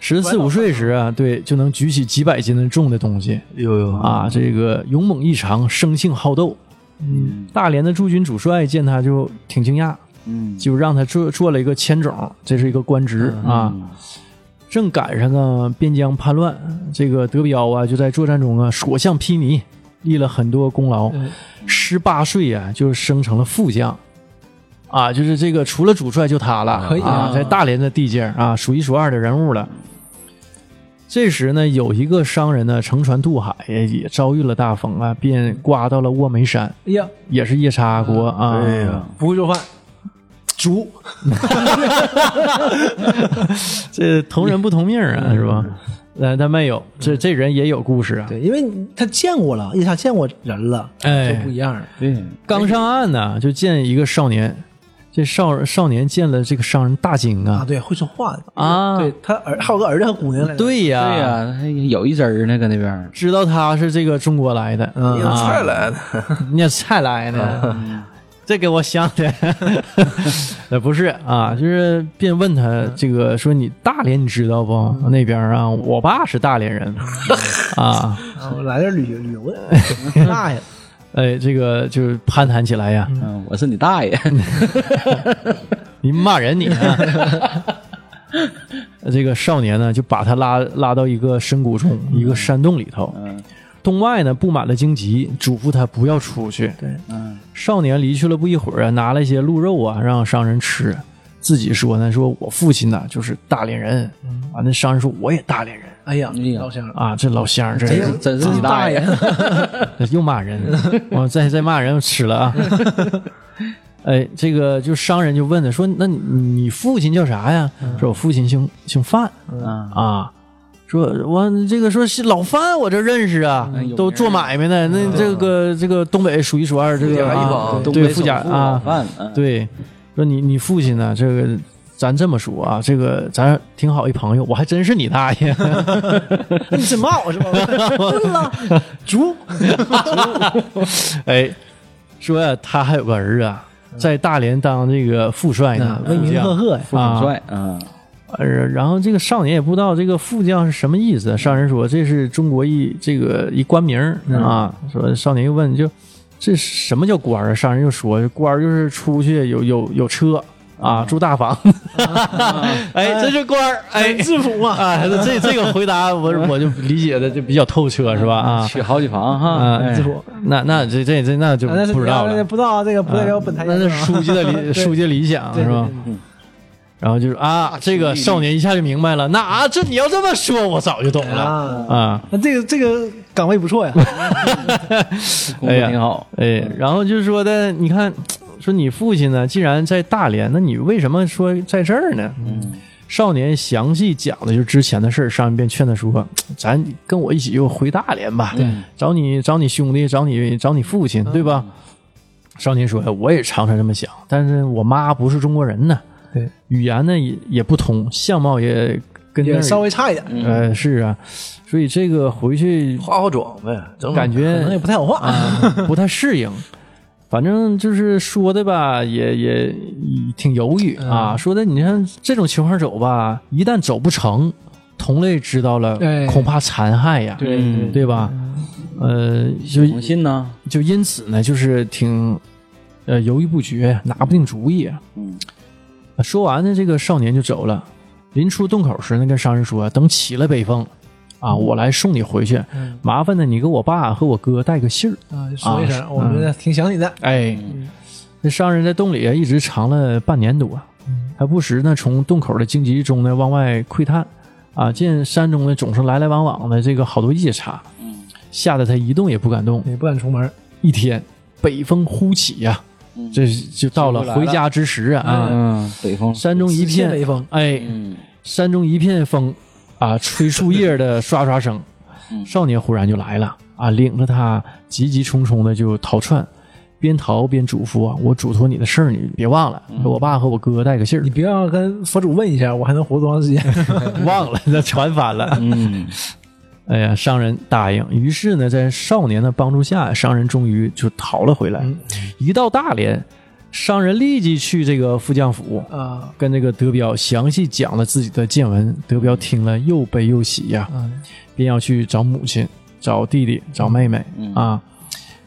[SPEAKER 1] 十四五岁时啊，对，就能举起几百斤的重的东西，
[SPEAKER 4] 呦呦，
[SPEAKER 1] 啊，这个勇猛异常，生性好斗。嗯，大连的驻军主帅见他就挺惊讶，
[SPEAKER 3] 嗯，
[SPEAKER 1] 就让他做做了一个千总，这是一个官职、
[SPEAKER 2] 嗯
[SPEAKER 1] 啊。正赶上啊边疆叛乱，
[SPEAKER 2] 嗯
[SPEAKER 1] 这个德彪啊就在作战中啊所向披靡，立了很多功劳，十八岁啊就升成了副将，啊，就是这个除了主帅就他了，
[SPEAKER 2] 可以
[SPEAKER 1] 啊
[SPEAKER 2] 啊，
[SPEAKER 1] 在大连的地界儿啊数一数二的人物了。这时呢，有一个商人呢乘船渡海，也也遭遇了大风啊，便刮到了卧梅山，
[SPEAKER 2] 哎呀，
[SPEAKER 1] 也是夜叉国
[SPEAKER 2] 嗯
[SPEAKER 1] 啊。
[SPEAKER 4] 哎呀，
[SPEAKER 2] 不会做饭， [laughs] 煮，
[SPEAKER 1] 这同人不同命啊，
[SPEAKER 2] 嗯
[SPEAKER 1] 是吧？呃，但没有，这这人也有故事啊。
[SPEAKER 2] 对，因为他见过了，夜叉见过人了，
[SPEAKER 1] 哎
[SPEAKER 2] 就不一样了。
[SPEAKER 3] 对，
[SPEAKER 1] 刚上岸呢，就见一个少年，这少少年见了这个商人大惊
[SPEAKER 2] 啊，嗯
[SPEAKER 1] 啊
[SPEAKER 2] 对，会说话的，
[SPEAKER 1] 啊！
[SPEAKER 2] 对他儿还有个儿子和姑娘来着，
[SPEAKER 1] 对呀、
[SPEAKER 3] 对哎呀、还有一针儿呢，搁那边儿。
[SPEAKER 1] 知道他是这个中国来的，
[SPEAKER 2] 嗯
[SPEAKER 4] 有菜来的，
[SPEAKER 1] 你也菜来的，这给我想的，呃不是啊，就是便问他这个说你大连你知道不？那边啊，我爸是大连人啊，
[SPEAKER 2] 啊，我来这儿旅游旅游的， [laughs] 大爷，
[SPEAKER 1] 哎，这个就是攀谈起来呀，
[SPEAKER 3] 嗯，我是你大爷，
[SPEAKER 1] 你骂人 [laughs] 你、啊！这个少年呢，就把他拉拉到一个深谷中，一个山洞里头。洞外呢布满了荆棘，嘱咐他不要出去。对，
[SPEAKER 3] 嗯
[SPEAKER 1] 少年离去了不一会儿啊，拿了一些鹿肉啊，让商人吃。自己说呢，说我父亲呢就是大连人，啊，那商人说我也大连人
[SPEAKER 2] 哎呀
[SPEAKER 3] 哎，呀
[SPEAKER 2] 老乡，
[SPEAKER 1] 啊，这老乡这
[SPEAKER 3] 真是真是你大爷。
[SPEAKER 1] [laughs] 又骂人，我再再骂人，我吃了啊！ [laughs] 哎，这个就商人就问他说：“那你你父亲叫啥呀？”说：“我父亲姓姓范
[SPEAKER 3] 嗯，
[SPEAKER 1] 啊。”说：“我这个说是老范，我这认识啊
[SPEAKER 3] 嗯有名，儿嗯
[SPEAKER 1] 都做买卖呢。那这个这个东北数一数二，这个
[SPEAKER 4] 家一
[SPEAKER 1] 啊
[SPEAKER 4] 方
[SPEAKER 1] 对
[SPEAKER 3] 东北
[SPEAKER 1] 对富甲
[SPEAKER 3] 首富老
[SPEAKER 1] 啊，
[SPEAKER 3] 范，嗯，
[SPEAKER 1] 对，说你你父亲呢？这个咱这么说啊，这个咱挺好一朋友，我还真是你大爷。”
[SPEAKER 2] 那 [laughs] 你真骂我是 [laughs] 吧？饿了，煮，
[SPEAKER 1] 哎，说呀、他还有个儿啊，
[SPEAKER 2] 嗯
[SPEAKER 1] 在大连当这个副帅呢，
[SPEAKER 2] 啊威
[SPEAKER 1] 副
[SPEAKER 2] 名
[SPEAKER 1] 将
[SPEAKER 2] 赫赫呀，
[SPEAKER 3] 副总帅，嗯，
[SPEAKER 1] 呃然后这个少年也不知道这个副将是什么意思，上人说这是中国一这个一官名儿
[SPEAKER 2] 嗯
[SPEAKER 1] 啊。说少年又问就这什么叫官儿啊？上人就说官儿就是出去有有有车。
[SPEAKER 2] 嗯
[SPEAKER 1] 啊，住大
[SPEAKER 2] [laughs]
[SPEAKER 1] 房，哎，这是官儿，哎，制服嘛， [laughs] 啊，这这个回答
[SPEAKER 2] [laughs]
[SPEAKER 1] 我我就理解的就比较透彻，是吧？啊，
[SPEAKER 3] 娶好几房哈，
[SPEAKER 1] 啊
[SPEAKER 3] 哎，
[SPEAKER 2] 制服。
[SPEAKER 1] 那那这这这那就
[SPEAKER 2] 嗯啊那是
[SPEAKER 1] 不知道了
[SPEAKER 2] 那，不知道啊，这个不代表本台意
[SPEAKER 1] 那
[SPEAKER 2] 见啊。
[SPEAKER 1] 是书记的理书记理想
[SPEAKER 2] [laughs] 对
[SPEAKER 1] 是吧？？
[SPEAKER 2] 对对对
[SPEAKER 1] 然后就是啊，这个少年一下就明白了。那啊，这你要这么说，我早就懂
[SPEAKER 2] 对
[SPEAKER 1] 了
[SPEAKER 2] 啊，嗯
[SPEAKER 1] 啊。
[SPEAKER 2] 那这个这个岗位不错呀，
[SPEAKER 3] 工作挺好。
[SPEAKER 1] 哎，然后就是说的，你看，说你父亲呢，既然在大连，那你为什么说在这儿呢？
[SPEAKER 2] 嗯
[SPEAKER 1] 少年详细讲的就是之前的事儿，上一便劝他说：“咱跟我一起又回大连吧，找你找你兄弟，找你找你父
[SPEAKER 2] 嗯
[SPEAKER 1] 亲，对吧？”少年说：“我也常常这么想，但是我妈不是中国人呢，
[SPEAKER 2] 对，
[SPEAKER 1] 语言呢也也不通，相貌也跟那
[SPEAKER 2] 也
[SPEAKER 1] 儿
[SPEAKER 2] 稍微差一点，
[SPEAKER 1] 呃是啊，所以这个回去
[SPEAKER 4] 化化妆呗，整
[SPEAKER 1] 感
[SPEAKER 2] 可能也
[SPEAKER 1] 觉
[SPEAKER 2] 不太好话。
[SPEAKER 1] 啊 [laughs] 不太适应。反正就是说的吧，也也挺犹豫
[SPEAKER 2] 嗯
[SPEAKER 1] 啊。说的你看这种情况走吧，一旦走不成，同类知道了，
[SPEAKER 2] 哎
[SPEAKER 1] 恐怕残害呀，
[SPEAKER 2] 对
[SPEAKER 3] 嗯
[SPEAKER 1] 对吧？呃，就
[SPEAKER 3] 红信呢？
[SPEAKER 1] 就因此呢，就是挺呃犹豫不决，拿不定主意。啊
[SPEAKER 3] 嗯，
[SPEAKER 1] 说完呢，这个少年就走了。临出洞口时呢，跟商人说：“等起了北风，啊，我来送你回去。
[SPEAKER 2] 嗯
[SPEAKER 1] 麻烦呢，你给我爸和我哥带个信儿。
[SPEAKER 2] 啊，就说一
[SPEAKER 1] 啊
[SPEAKER 2] 声，我们挺想你的。”
[SPEAKER 1] 哎，那商人在洞里啊，一直藏了半年多，还不时呢从洞口的荆棘中呢往外窥探，啊，见山中呢总是来来往往的这个好多夜叉，吓得他一动也不敢动。
[SPEAKER 2] 也不敢出门，
[SPEAKER 1] 一天，北风呼起呀、这就到了回家之时啊！啊
[SPEAKER 3] 嗯，北风，
[SPEAKER 1] 山中一
[SPEAKER 2] 见
[SPEAKER 1] 片
[SPEAKER 2] 北风，
[SPEAKER 1] 哎，
[SPEAKER 3] 嗯，
[SPEAKER 1] 山中一片风啊，吹树叶的刷刷声。少年忽然就来了啊，领着他急急匆匆的就逃窜，边逃边嘱咐啊：“我嘱托你的事儿，你别忘了，给我爸和我哥带个信儿
[SPEAKER 2] 你。别忘了跟佛祖问一下，我还能活多长时间？”
[SPEAKER 1] [laughs] 忘了，那船翻
[SPEAKER 3] [laughs]
[SPEAKER 1] 了。
[SPEAKER 3] 嗯，
[SPEAKER 1] 哎呀，商人答应。于是呢，在少年的帮助下，商人终于就逃了回来。一到大连，商人立即去这个副将府
[SPEAKER 2] [laughs] 啊
[SPEAKER 1] 跟这个德彪详细讲了自己的见闻。德彪听了又悲又喜呀、
[SPEAKER 2] 嗯
[SPEAKER 1] 便要去找母亲、找弟弟、找妹妹、啊。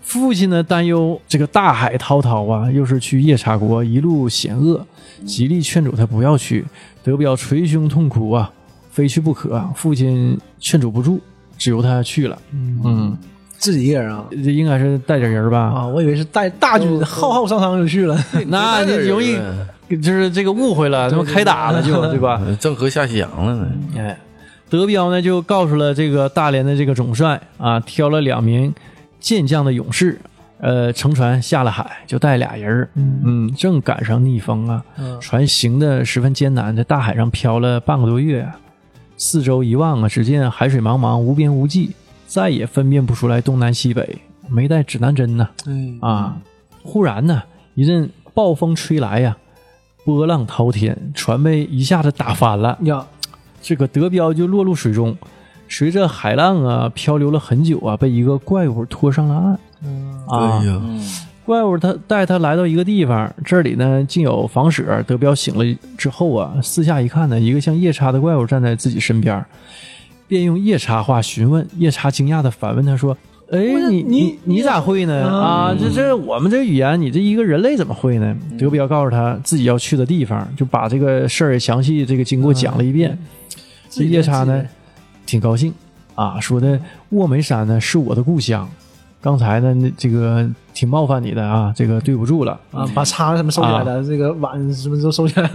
[SPEAKER 1] 父亲呢担忧这个大海滔滔啊，又是去夜叉国，一路险恶，极力劝阻他不要去。德彪捶胸痛哭啊啊，非去不可。父亲劝阻不住，只由他去了。嗯，
[SPEAKER 2] 自己一个人啊？
[SPEAKER 1] 这应该是带点人儿吧？
[SPEAKER 2] 啊，我以为是带大
[SPEAKER 1] 嗯
[SPEAKER 2] 军浩浩荡荡就去了，
[SPEAKER 1] 那
[SPEAKER 4] 带
[SPEAKER 1] 你
[SPEAKER 4] 点人
[SPEAKER 1] 容易就是这个误会了，他们开打了就对吧？
[SPEAKER 4] 郑和下西洋了呢，
[SPEAKER 1] 哎，德彪呢就告诉了这个大连的这个总帅啊，挑了两名健将的勇士，呃，乘船下了海，就带俩人儿嗯，正赶上逆风啊，
[SPEAKER 2] [laughs]
[SPEAKER 1] 船行的十分艰难，在大海上漂了半个多月啊、四周一望啊，只见海水茫茫，无边无际，再也分辨不出来东南西北，没带指南针呢、
[SPEAKER 2] 哎，
[SPEAKER 1] 啊！忽然呢，一阵暴风吹来呀、波浪滔天，船被一下子打翻了。
[SPEAKER 2] 呀，
[SPEAKER 1] 这个德彪就落入水中，随着海浪啊漂流了很久啊，被一个怪物拖上了岸。啊，
[SPEAKER 4] 哎呀，
[SPEAKER 1] 怪物他带他来到一个地方，这里呢竟有房舍。德彪醒了之后啊，四下一看呢，一个像夜叉的怪物站在自己身边，便用夜叉话询问。夜叉惊讶的反问他说：“哎，你你你咋会呢？啊，这这
[SPEAKER 4] 嗯
[SPEAKER 1] 我们这语言，你这一个人类怎么会呢？”德彪告诉他自己要去的地方，就把这个事儿详细这个经过讲了一遍。这夜叉呢，挺高兴啊，说的卧梅山呢是我的故乡，刚才呢那这个挺冒犯你的啊，这个对不住
[SPEAKER 2] [laughs]
[SPEAKER 1] 了 [laughs]
[SPEAKER 2] 啊，把叉什么收起来
[SPEAKER 1] 啊
[SPEAKER 2] 了，这个碗什么都收起来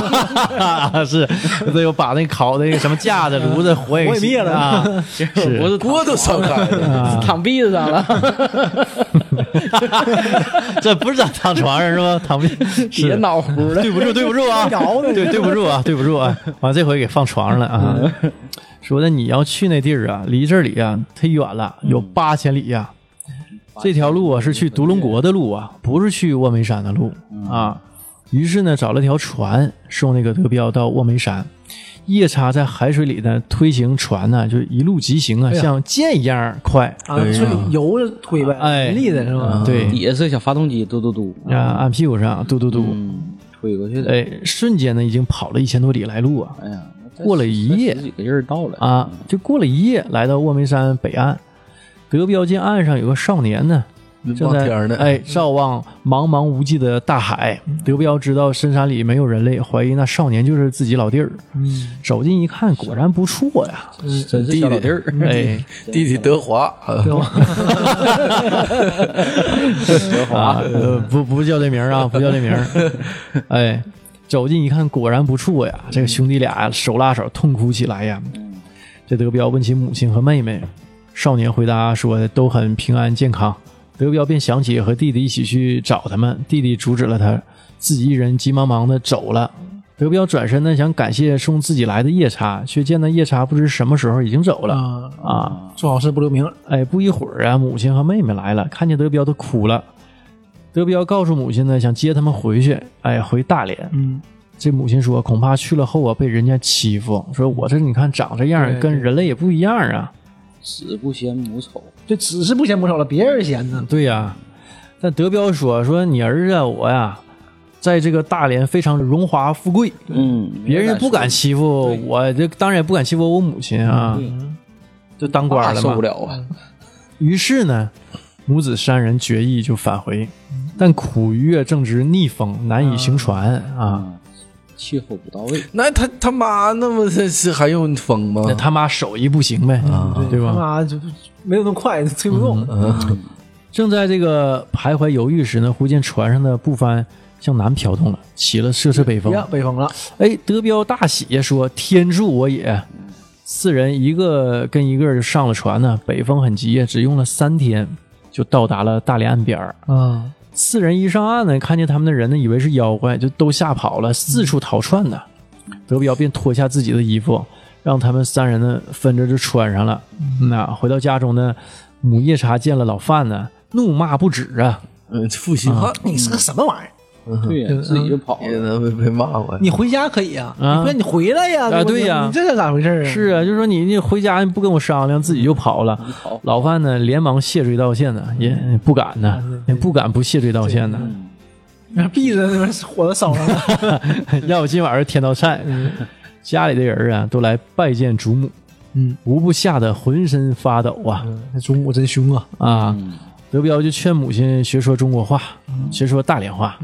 [SPEAKER 1] [laughs]
[SPEAKER 2] 了，
[SPEAKER 1] 是，这又把那烤的那个什么架子、炉子、火也
[SPEAKER 2] 火也灭了
[SPEAKER 1] 啊，
[SPEAKER 2] [laughs]
[SPEAKER 3] 我是
[SPEAKER 4] 锅都烧开了，
[SPEAKER 3] 躺壁子上了，
[SPEAKER 1] 这不是咱躺床上是吧？躺
[SPEAKER 2] [laughs]
[SPEAKER 1] 不
[SPEAKER 3] 别
[SPEAKER 1] 是。
[SPEAKER 3] 脑糊 [laughs] 了。
[SPEAKER 1] 对不住，对不住啊！对，对不住啊，对不住啊！完，这回给放床上了啊！说的你要去那地儿啊，离这里啊忒远了，有八千里呀、啊这条路啊是去独龙国的路啊，不是去卧梅山的路啊。于是呢，找了条船送那个德彪到卧梅山。夜叉在海水里呢推行船呢、就一路疾行啊，
[SPEAKER 2] 呀
[SPEAKER 1] 像箭一样快。
[SPEAKER 2] 啊，顺里油着推呗，
[SPEAKER 1] 哎
[SPEAKER 2] 立的是吧？
[SPEAKER 1] 对
[SPEAKER 3] [laughs] 底下是小发动机，嘟嘟嘟，
[SPEAKER 1] 啊，按屁股上嘟嘟嘟，
[SPEAKER 3] 嗯，推过去的。
[SPEAKER 1] 哎，瞬间呢已经跑了一千多里来路啊
[SPEAKER 3] 哎呀，那这
[SPEAKER 1] 过了一夜
[SPEAKER 3] 十几个人到了，
[SPEAKER 1] 啊！就过了一夜，来到卧梅山北岸。德彪见岸上有个少年呢，正
[SPEAKER 4] 望
[SPEAKER 1] 在
[SPEAKER 4] 天儿呢，嗯
[SPEAKER 1] 哎，照望茫茫无际的大海。德彪知道深山里没有人类，怀疑那少年就是自己老弟儿。
[SPEAKER 2] 嗯，
[SPEAKER 1] 走近一看，果然不错呀！
[SPEAKER 3] 真是小老弟儿。 [laughs]
[SPEAKER 1] 哎，
[SPEAKER 4] 弟弟德华，啊
[SPEAKER 1] 啊，呃不不叫这名儿啊，不叫这名儿。哎，走近一看，果然不错呀！这个兄弟俩手拉手痛哭起来呀。这德彪问起母亲和妹妹，少年回答说都很平安健康。德彪便想起和弟弟一起去找他们，弟弟阻止了他，自己一人急忙忙的走了。德彪转身呢，想感谢送自己来的夜叉，却见那夜叉不知什么时候已经走了
[SPEAKER 2] 啊，
[SPEAKER 1] 啊。
[SPEAKER 2] 做好事不留名，
[SPEAKER 1] 哎，不一会儿啊，母亲和妹妹来了，看见德彪都哭了。德彪告诉母亲呢，想接他们回去，哎，回大连。
[SPEAKER 2] 嗯，
[SPEAKER 1] 这母亲说，恐怕去了后啊，被人家欺负，说我这你看长这样，
[SPEAKER 2] 对
[SPEAKER 1] 跟人类也不一样啊。
[SPEAKER 3] 子不嫌母丑，
[SPEAKER 2] 就只是不嫌不丑了，别人嫌呢，
[SPEAKER 1] 对呀、但德彪说，说你儿子啊我呀，在这个大连非常荣华富贵，
[SPEAKER 3] 嗯，
[SPEAKER 1] 别人也不敢欺负我，这当然也不敢欺负我母亲啊，就当官
[SPEAKER 3] 管
[SPEAKER 1] 了嘛。
[SPEAKER 3] 受不了啊。
[SPEAKER 1] 于是呢，母子三人决议就返回，但苦于啊正值逆风，难以行船嗯啊。
[SPEAKER 3] 啊，气候不到位，
[SPEAKER 4] 那他他妈那么这是还用疯吗？
[SPEAKER 1] 那他妈手艺不行呗，对
[SPEAKER 2] 他
[SPEAKER 1] 吧？嗯
[SPEAKER 2] 妈啊就没有那么快，推不动，
[SPEAKER 4] 嗯
[SPEAKER 1] 正在这个徘徊犹豫时呢，忽见船上的布帆向南飘动了，起了瑟瑟北风。
[SPEAKER 2] 呀，北风了，
[SPEAKER 1] 哎，德彪大喜呀，说：“天助我也！”四人一个跟一个就上了船呢。北风很急呀，只用了三天就到达了大连岸边儿。
[SPEAKER 2] 啊，
[SPEAKER 1] 四人一上岸呢，看见他们的人呢，以为是妖怪，就都吓跑了，四处逃窜呢。德彪便脱下自己的衣服，让他们三人呢分着就穿上了。那回到家中呢，母夜叉见了老范呢，怒骂不止啊！
[SPEAKER 4] 嗯，负心汉，
[SPEAKER 2] 你是个什么玩意儿？
[SPEAKER 1] 嗯
[SPEAKER 3] 对呀，自己就跑
[SPEAKER 4] 也
[SPEAKER 3] 了。
[SPEAKER 4] 能被被骂过呀。
[SPEAKER 2] 你回家可以呀，
[SPEAKER 1] 啊
[SPEAKER 2] 你不然你回来呀，
[SPEAKER 1] 啊
[SPEAKER 2] 你
[SPEAKER 1] 对呀
[SPEAKER 2] 你这是咋回事儿啊？
[SPEAKER 1] 是啊，就说你你回家你不跟我商量，自己就跑了。
[SPEAKER 3] 跑
[SPEAKER 1] 老范呢，连忙谢罪道歉呢，也不敢呢，也不敢不谢罪道歉呢。
[SPEAKER 2] 那闭着那边火都烧上了，
[SPEAKER 1] [laughs] 要不今晚上添道菜，家里的人啊都来拜见祖母，
[SPEAKER 2] 嗯，
[SPEAKER 1] 无不吓得浑身发抖啊
[SPEAKER 2] 这祖母真凶啊！
[SPEAKER 3] 嗯
[SPEAKER 1] 啊！刘彪就劝母亲学说中国话，学说大连话，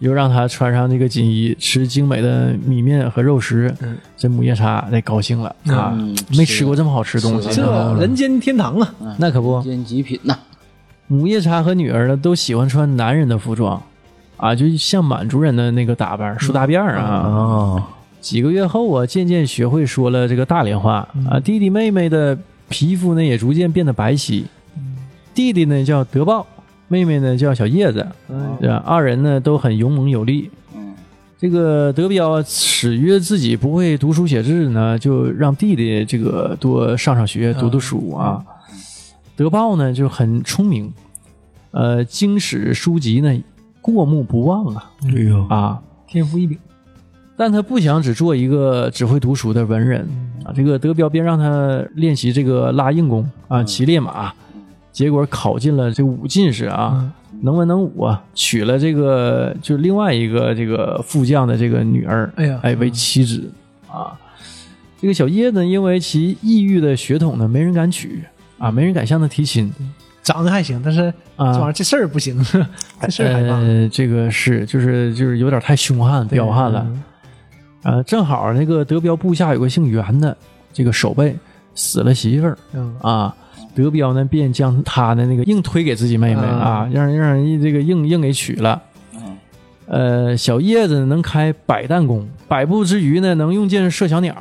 [SPEAKER 1] 又让她穿上这个锦衣，吃精美的米面和肉食。这母夜叉那高兴了啊，没吃过这么好吃东西，
[SPEAKER 3] 是
[SPEAKER 2] 这人间天堂啊！
[SPEAKER 1] 那可不。
[SPEAKER 3] 见极品呐，
[SPEAKER 1] 母夜叉和女儿呢都喜欢穿男人的服装，啊，就像满族人的那个打扮，梳大辫儿啊。
[SPEAKER 2] 哦
[SPEAKER 4] 啊，
[SPEAKER 1] 几个月后啊，渐渐学会说了这个大连话啊，弟弟妹妹的皮肤呢也逐渐变得白皙，弟弟呢叫德报，妹妹呢叫小叶子，对吧？二人呢都很勇猛有力。这个德彪啊，始于自己不会读书写字呢，就让弟弟这个多上上学，读读书啊。德报呢就很聪明，呃，经史书籍呢过目不忘啊
[SPEAKER 4] 哎呦，
[SPEAKER 1] 啊，
[SPEAKER 2] 天赋异禀，
[SPEAKER 1] 但他不想只做一个只会读书的文人啊。这个德彪便让他练习这个拉硬功
[SPEAKER 2] 嗯
[SPEAKER 1] 啊，骑烈马，结果考进了这武进士
[SPEAKER 2] 嗯
[SPEAKER 1] 啊，能文能武啊，娶了这个就另外一个这个副将的这个女儿，
[SPEAKER 2] 哎呀
[SPEAKER 1] 哎为妻子啊。这个小叶呢，因为其异域的血统呢，没人敢娶啊，没人敢向他提亲
[SPEAKER 2] 长得还行，但是
[SPEAKER 1] 啊。
[SPEAKER 2] 这玩意儿这事儿不行， [laughs] 这事儿害怕。
[SPEAKER 1] 呃，这个是就是就是有点太凶悍彪悍
[SPEAKER 2] 嗯
[SPEAKER 1] 了。呃，正好那个德彪部下有个姓袁的这个守备死了媳妇儿
[SPEAKER 2] 嗯，
[SPEAKER 1] 啊，德彪呢便将他的那个硬推给自己妹妹
[SPEAKER 2] 嗯
[SPEAKER 1] 啊，让人让人这个硬硬给娶了。呃，小叶子能开百弹弓，百步之余呢能用箭射小鸟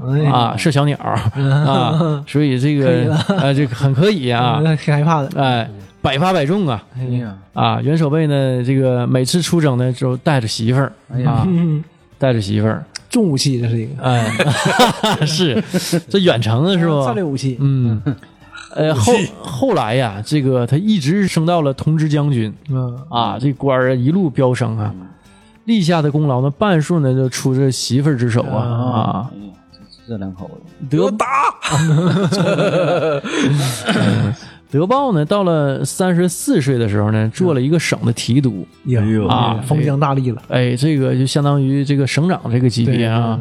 [SPEAKER 2] 哎，
[SPEAKER 1] 啊，射小鸟
[SPEAKER 2] [laughs]
[SPEAKER 1] 啊，所以这
[SPEAKER 2] 可以
[SPEAKER 1] 个
[SPEAKER 2] 了
[SPEAKER 1] 啊，这个很可以
[SPEAKER 2] [laughs]
[SPEAKER 1] 啊，
[SPEAKER 2] 那挺嗯害怕的。
[SPEAKER 1] 哎，百发百中啊。
[SPEAKER 3] 哎呀，
[SPEAKER 1] 啊，袁守备呢，这个每次出征呢，就带着媳妇儿、
[SPEAKER 3] 哎
[SPEAKER 1] 啊，
[SPEAKER 2] 嗯，
[SPEAKER 1] 带着媳妇儿，
[SPEAKER 2] 重武器这是一个
[SPEAKER 1] 哎， [laughs] 是这远程的是
[SPEAKER 2] 战
[SPEAKER 1] 吧
[SPEAKER 2] 略？武器，
[SPEAKER 1] 嗯，呃，后后来呀，这个他一直升到了同知将军
[SPEAKER 2] 嗯，
[SPEAKER 1] 啊，这官儿啊一路飙升啊，立下的功劳呢，半数呢就出自媳妇儿之手啊啊，
[SPEAKER 3] 哎呀，这这两口子，
[SPEAKER 1] 德
[SPEAKER 4] 打，
[SPEAKER 1] 德报呢，到了三十四岁的时候呢，做了一个省的提督
[SPEAKER 2] 呀
[SPEAKER 4] 哎呦
[SPEAKER 1] 啊，
[SPEAKER 2] 封疆大吏了，
[SPEAKER 1] 哎，这个就相当于这个省长这个级别啊。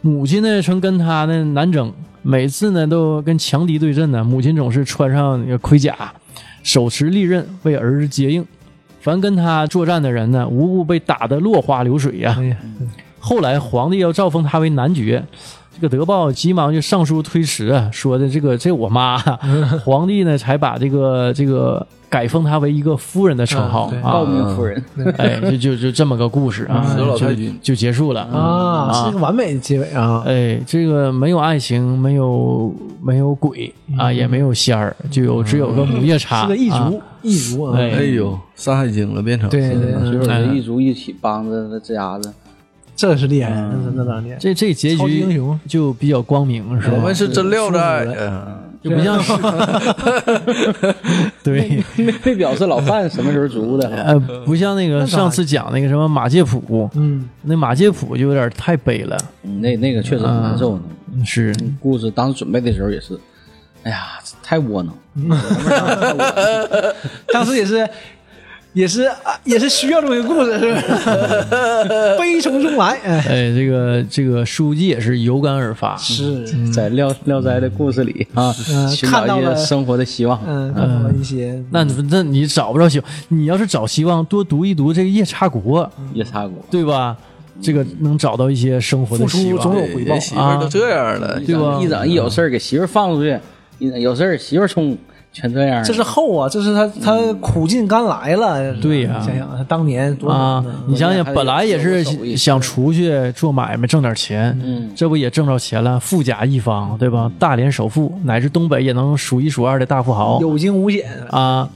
[SPEAKER 1] 母亲呢，曾跟他呢南征，每次呢都跟强敌对阵呢，母亲总是穿上那个盔甲，手持利刃为儿子接应。凡跟他作战的人呢，无不被打得落花流水呀、
[SPEAKER 2] 哎呀，
[SPEAKER 1] 后来皇帝要诏封他为男爵，这个德报急忙就上书推迟啊，说的这个这我妈，啊
[SPEAKER 2] [laughs]
[SPEAKER 1] 皇帝呢才把这个这个改封他为一个夫人的称号
[SPEAKER 2] 啊对
[SPEAKER 1] 啊
[SPEAKER 3] 诰命夫人，
[SPEAKER 2] [laughs]
[SPEAKER 1] 哎，就就就这么个故事啊，
[SPEAKER 2] 嗯
[SPEAKER 4] 死老
[SPEAKER 1] 就
[SPEAKER 4] 太君
[SPEAKER 1] 就结束了
[SPEAKER 2] 啊，是一个完美的结尾啊，
[SPEAKER 1] 哎，这个没有爱情，没有没有鬼啊，也没有仙儿，就有只有个母夜叉，
[SPEAKER 2] 嗯是个异
[SPEAKER 1] 啊
[SPEAKER 2] 族，异族啊，
[SPEAKER 1] 哎
[SPEAKER 4] 哎呦，《山海经》了，变成
[SPEAKER 2] 对对，
[SPEAKER 1] 啊
[SPEAKER 3] 所
[SPEAKER 2] 对
[SPEAKER 3] 有人一族一起帮着这家子， [laughs]
[SPEAKER 2] 这是厉害，
[SPEAKER 1] 嗯
[SPEAKER 2] 那是那当年
[SPEAKER 1] 这这结
[SPEAKER 2] 超级英
[SPEAKER 1] 局
[SPEAKER 2] 雄
[SPEAKER 1] 就比较光明，是
[SPEAKER 4] 我
[SPEAKER 1] 吧
[SPEAKER 4] 们？是真撂着爱的，哎
[SPEAKER 1] 就不像是，
[SPEAKER 2] 啊
[SPEAKER 1] [laughs]
[SPEAKER 2] [laughs]
[SPEAKER 1] 对，
[SPEAKER 3] 没没表示老范什么时候族的，
[SPEAKER 1] 呃，不像那个上次讲那个什么马介甫，
[SPEAKER 2] 嗯，
[SPEAKER 1] 那马介甫就有点太悲了，
[SPEAKER 3] 嗯那那个确实很难受呢。
[SPEAKER 1] 是
[SPEAKER 2] 嗯
[SPEAKER 3] 故事当时准备的时候也是，哎呀，这太窝囊，
[SPEAKER 2] 当时也是。也是啊，也是需要这么一个故事，是
[SPEAKER 1] [laughs]
[SPEAKER 2] 不是？悲从中来，哎，
[SPEAKER 1] 哎，这个这个书记也是有感而发，
[SPEAKER 2] 是，
[SPEAKER 3] 在廖廖斋的故事里啊，寻
[SPEAKER 2] 嗯看
[SPEAKER 3] 找
[SPEAKER 2] 到
[SPEAKER 3] 一些
[SPEAKER 2] 了
[SPEAKER 3] 生活的希望。
[SPEAKER 2] 嗯，看到了一些
[SPEAKER 1] 那你那你找不着希望，你要是找希望，多读一读这个夜叉国，
[SPEAKER 3] 夜叉国，
[SPEAKER 1] 对吧？这个能找到一些生活的希
[SPEAKER 2] 付出总
[SPEAKER 1] 望
[SPEAKER 2] 有。啊
[SPEAKER 4] 对人媳妇儿都这样了，
[SPEAKER 1] 对吧
[SPEAKER 3] 一整一有事儿给媳妇儿放出去，一整有事儿媳妇儿冲，全这样。
[SPEAKER 2] 这是后啊，这是他他苦尽甘来了。
[SPEAKER 1] 嗯对呀
[SPEAKER 2] 想想他当年多
[SPEAKER 1] 啊
[SPEAKER 2] 难呢，
[SPEAKER 1] 你想想，本来也
[SPEAKER 3] 还得
[SPEAKER 1] 是
[SPEAKER 3] 有手艺
[SPEAKER 1] 想出去做买卖挣点钱，
[SPEAKER 3] 嗯
[SPEAKER 1] 这不也挣着钱了？富甲一方，对吧？大连首富，乃至东北也能数一数二的大富豪
[SPEAKER 2] 有惊无险，
[SPEAKER 1] 啊。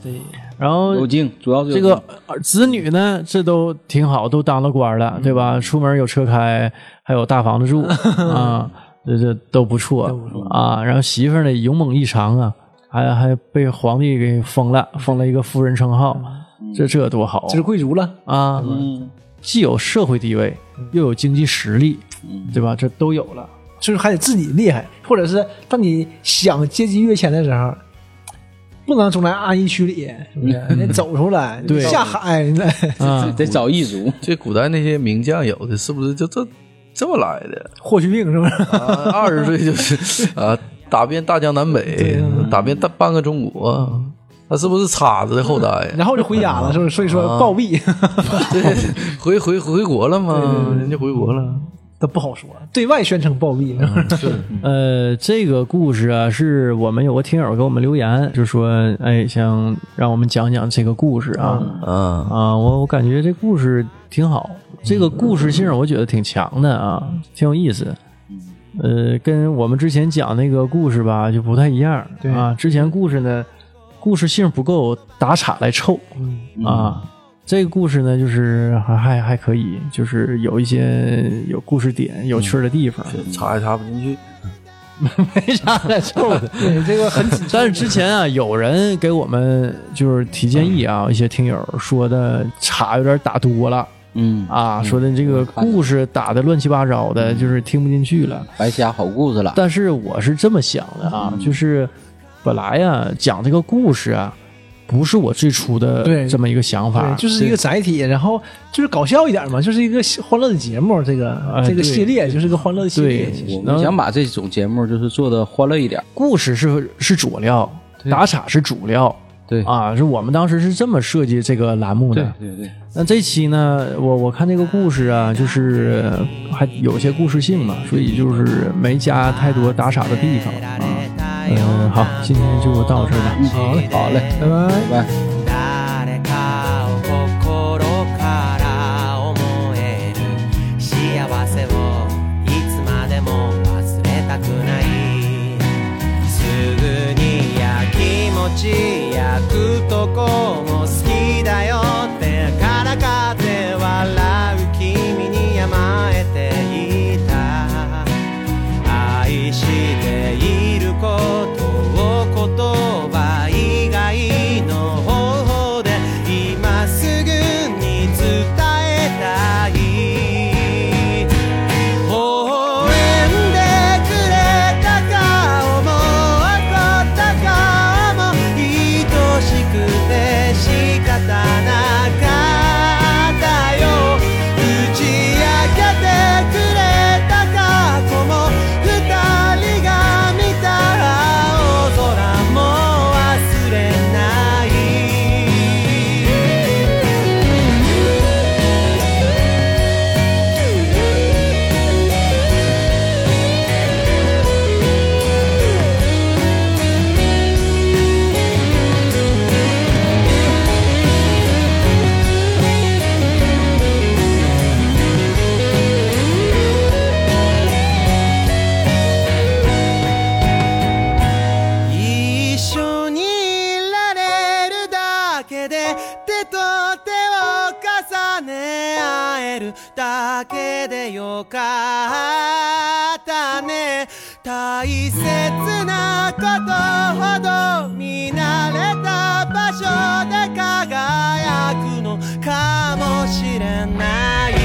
[SPEAKER 1] 然后
[SPEAKER 3] 有劲，主要是有
[SPEAKER 1] 这
[SPEAKER 3] 劲
[SPEAKER 1] 个儿子女呢，这都挺好，都当了官了，对吧？出门有车开，还有大房子 [laughs] 住啊，这这都不错啊。然后媳妇儿呢，勇猛异常啊，还还被皇帝给封了，封了一个夫人称号，这这多好
[SPEAKER 2] 这是贵族了。
[SPEAKER 1] 啊！
[SPEAKER 3] 嗯，
[SPEAKER 1] 既有社会地位，又有经济实力，对吧？这都有了。
[SPEAKER 2] 就是还得自己厉害，或者是当你想阶级跃迁的时候，不能总在安逸区里，是
[SPEAKER 1] [laughs]
[SPEAKER 2] 不是？得走出来，
[SPEAKER 1] 对
[SPEAKER 2] 下海，你再
[SPEAKER 1] 啊，
[SPEAKER 3] 得找异族，
[SPEAKER 4] 这古代那些名将有的是不是就这这么来的？
[SPEAKER 2] 霍去病是
[SPEAKER 1] [laughs]
[SPEAKER 2] 不是？ [laughs]
[SPEAKER 4] 啊，
[SPEAKER 2] 啊
[SPEAKER 4] 二十岁就是啊，打遍大江南北，打遍大半个中国，他是不是叉子的后代啊
[SPEAKER 2] [laughs]
[SPEAKER 4] 呀？
[SPEAKER 2] 然后就回家了，是不是？所以
[SPEAKER 1] 啊
[SPEAKER 2] 说暴毙， [laughs]
[SPEAKER 4] 对， [laughs] 回回回国了吗？人家回国了，
[SPEAKER 2] 这不好说，对外宣称暴毙，
[SPEAKER 1] 嗯
[SPEAKER 2] 是吧 [laughs]
[SPEAKER 1] 呃，这个故事啊，是我们有个听友给我们留言，就说，哎，想让我们讲讲这个故事啊。
[SPEAKER 4] 嗯，
[SPEAKER 1] 啊，我我感觉这故事挺好，这个故事性我觉得挺强的啊，挺有意思。呃，跟我们之前讲那个故事吧就不太一样
[SPEAKER 2] 对
[SPEAKER 1] 啊。之前故事呢，故事性不够，打岔来凑啊。这个故事呢，就是还还还可以，就是有一些有故事点、有趣儿的地方，
[SPEAKER 4] 插也插不进去。
[SPEAKER 1] 没啥来凑的。
[SPEAKER 2] 对，这个很紧
[SPEAKER 1] 但是之前啊，有人给我们就是提建议啊，一些听友说的岔有点打多了。
[SPEAKER 3] 嗯，
[SPEAKER 1] 啊，说的这个故事打的乱七八糟
[SPEAKER 2] 嗯
[SPEAKER 1] 的，就是听不进去了。
[SPEAKER 3] 白瞎好故事了。
[SPEAKER 1] 但是我是这么想的
[SPEAKER 2] 嗯
[SPEAKER 1] 啊，就是本来呀、讲这个故事啊，不是我最初的
[SPEAKER 2] 对
[SPEAKER 1] 这么一个想法
[SPEAKER 2] 对，，就是一个载体，然后就是搞笑一点嘛，就是一个欢乐的节目，这个
[SPEAKER 1] 哎
[SPEAKER 2] 这个
[SPEAKER 1] 对
[SPEAKER 2] 系列就是个欢乐的系列，
[SPEAKER 1] 对
[SPEAKER 2] 其实
[SPEAKER 3] 我们想把这种节目就是做的欢乐一点，
[SPEAKER 1] 故事是是主料，打岔是主料
[SPEAKER 3] 对
[SPEAKER 1] 啊，是我们当时是这么设计这个栏目的。
[SPEAKER 3] 对对，
[SPEAKER 1] 那这期呢，我我看这个故事啊，就是还有些故事性嘛，所以就是没加太多打岔的地方啊。嗯，好，今天就到这儿
[SPEAKER 2] 嗯
[SPEAKER 1] 了。
[SPEAKER 3] 好嘞，好嘞，
[SPEAKER 2] 拜拜。
[SPEAKER 3] 拜拜。
[SPEAKER 5] 誰かを心から思える幸せをいつまでも忘れたくないすぐにや気持ち焼くとこも好きだよってからかって笑う君に甘えていた愛していることを言葉以外の方法で今すぐに伝えたい応援でくれたか思ったかも愛しくて仕方なかったよ打ち明けてくれた過去も二人が見た青空も忘れない一緒にいられるだけで手と手を重ね合えるだけでよかったね大切なことほど見慣れた場所で輝くのかもしれない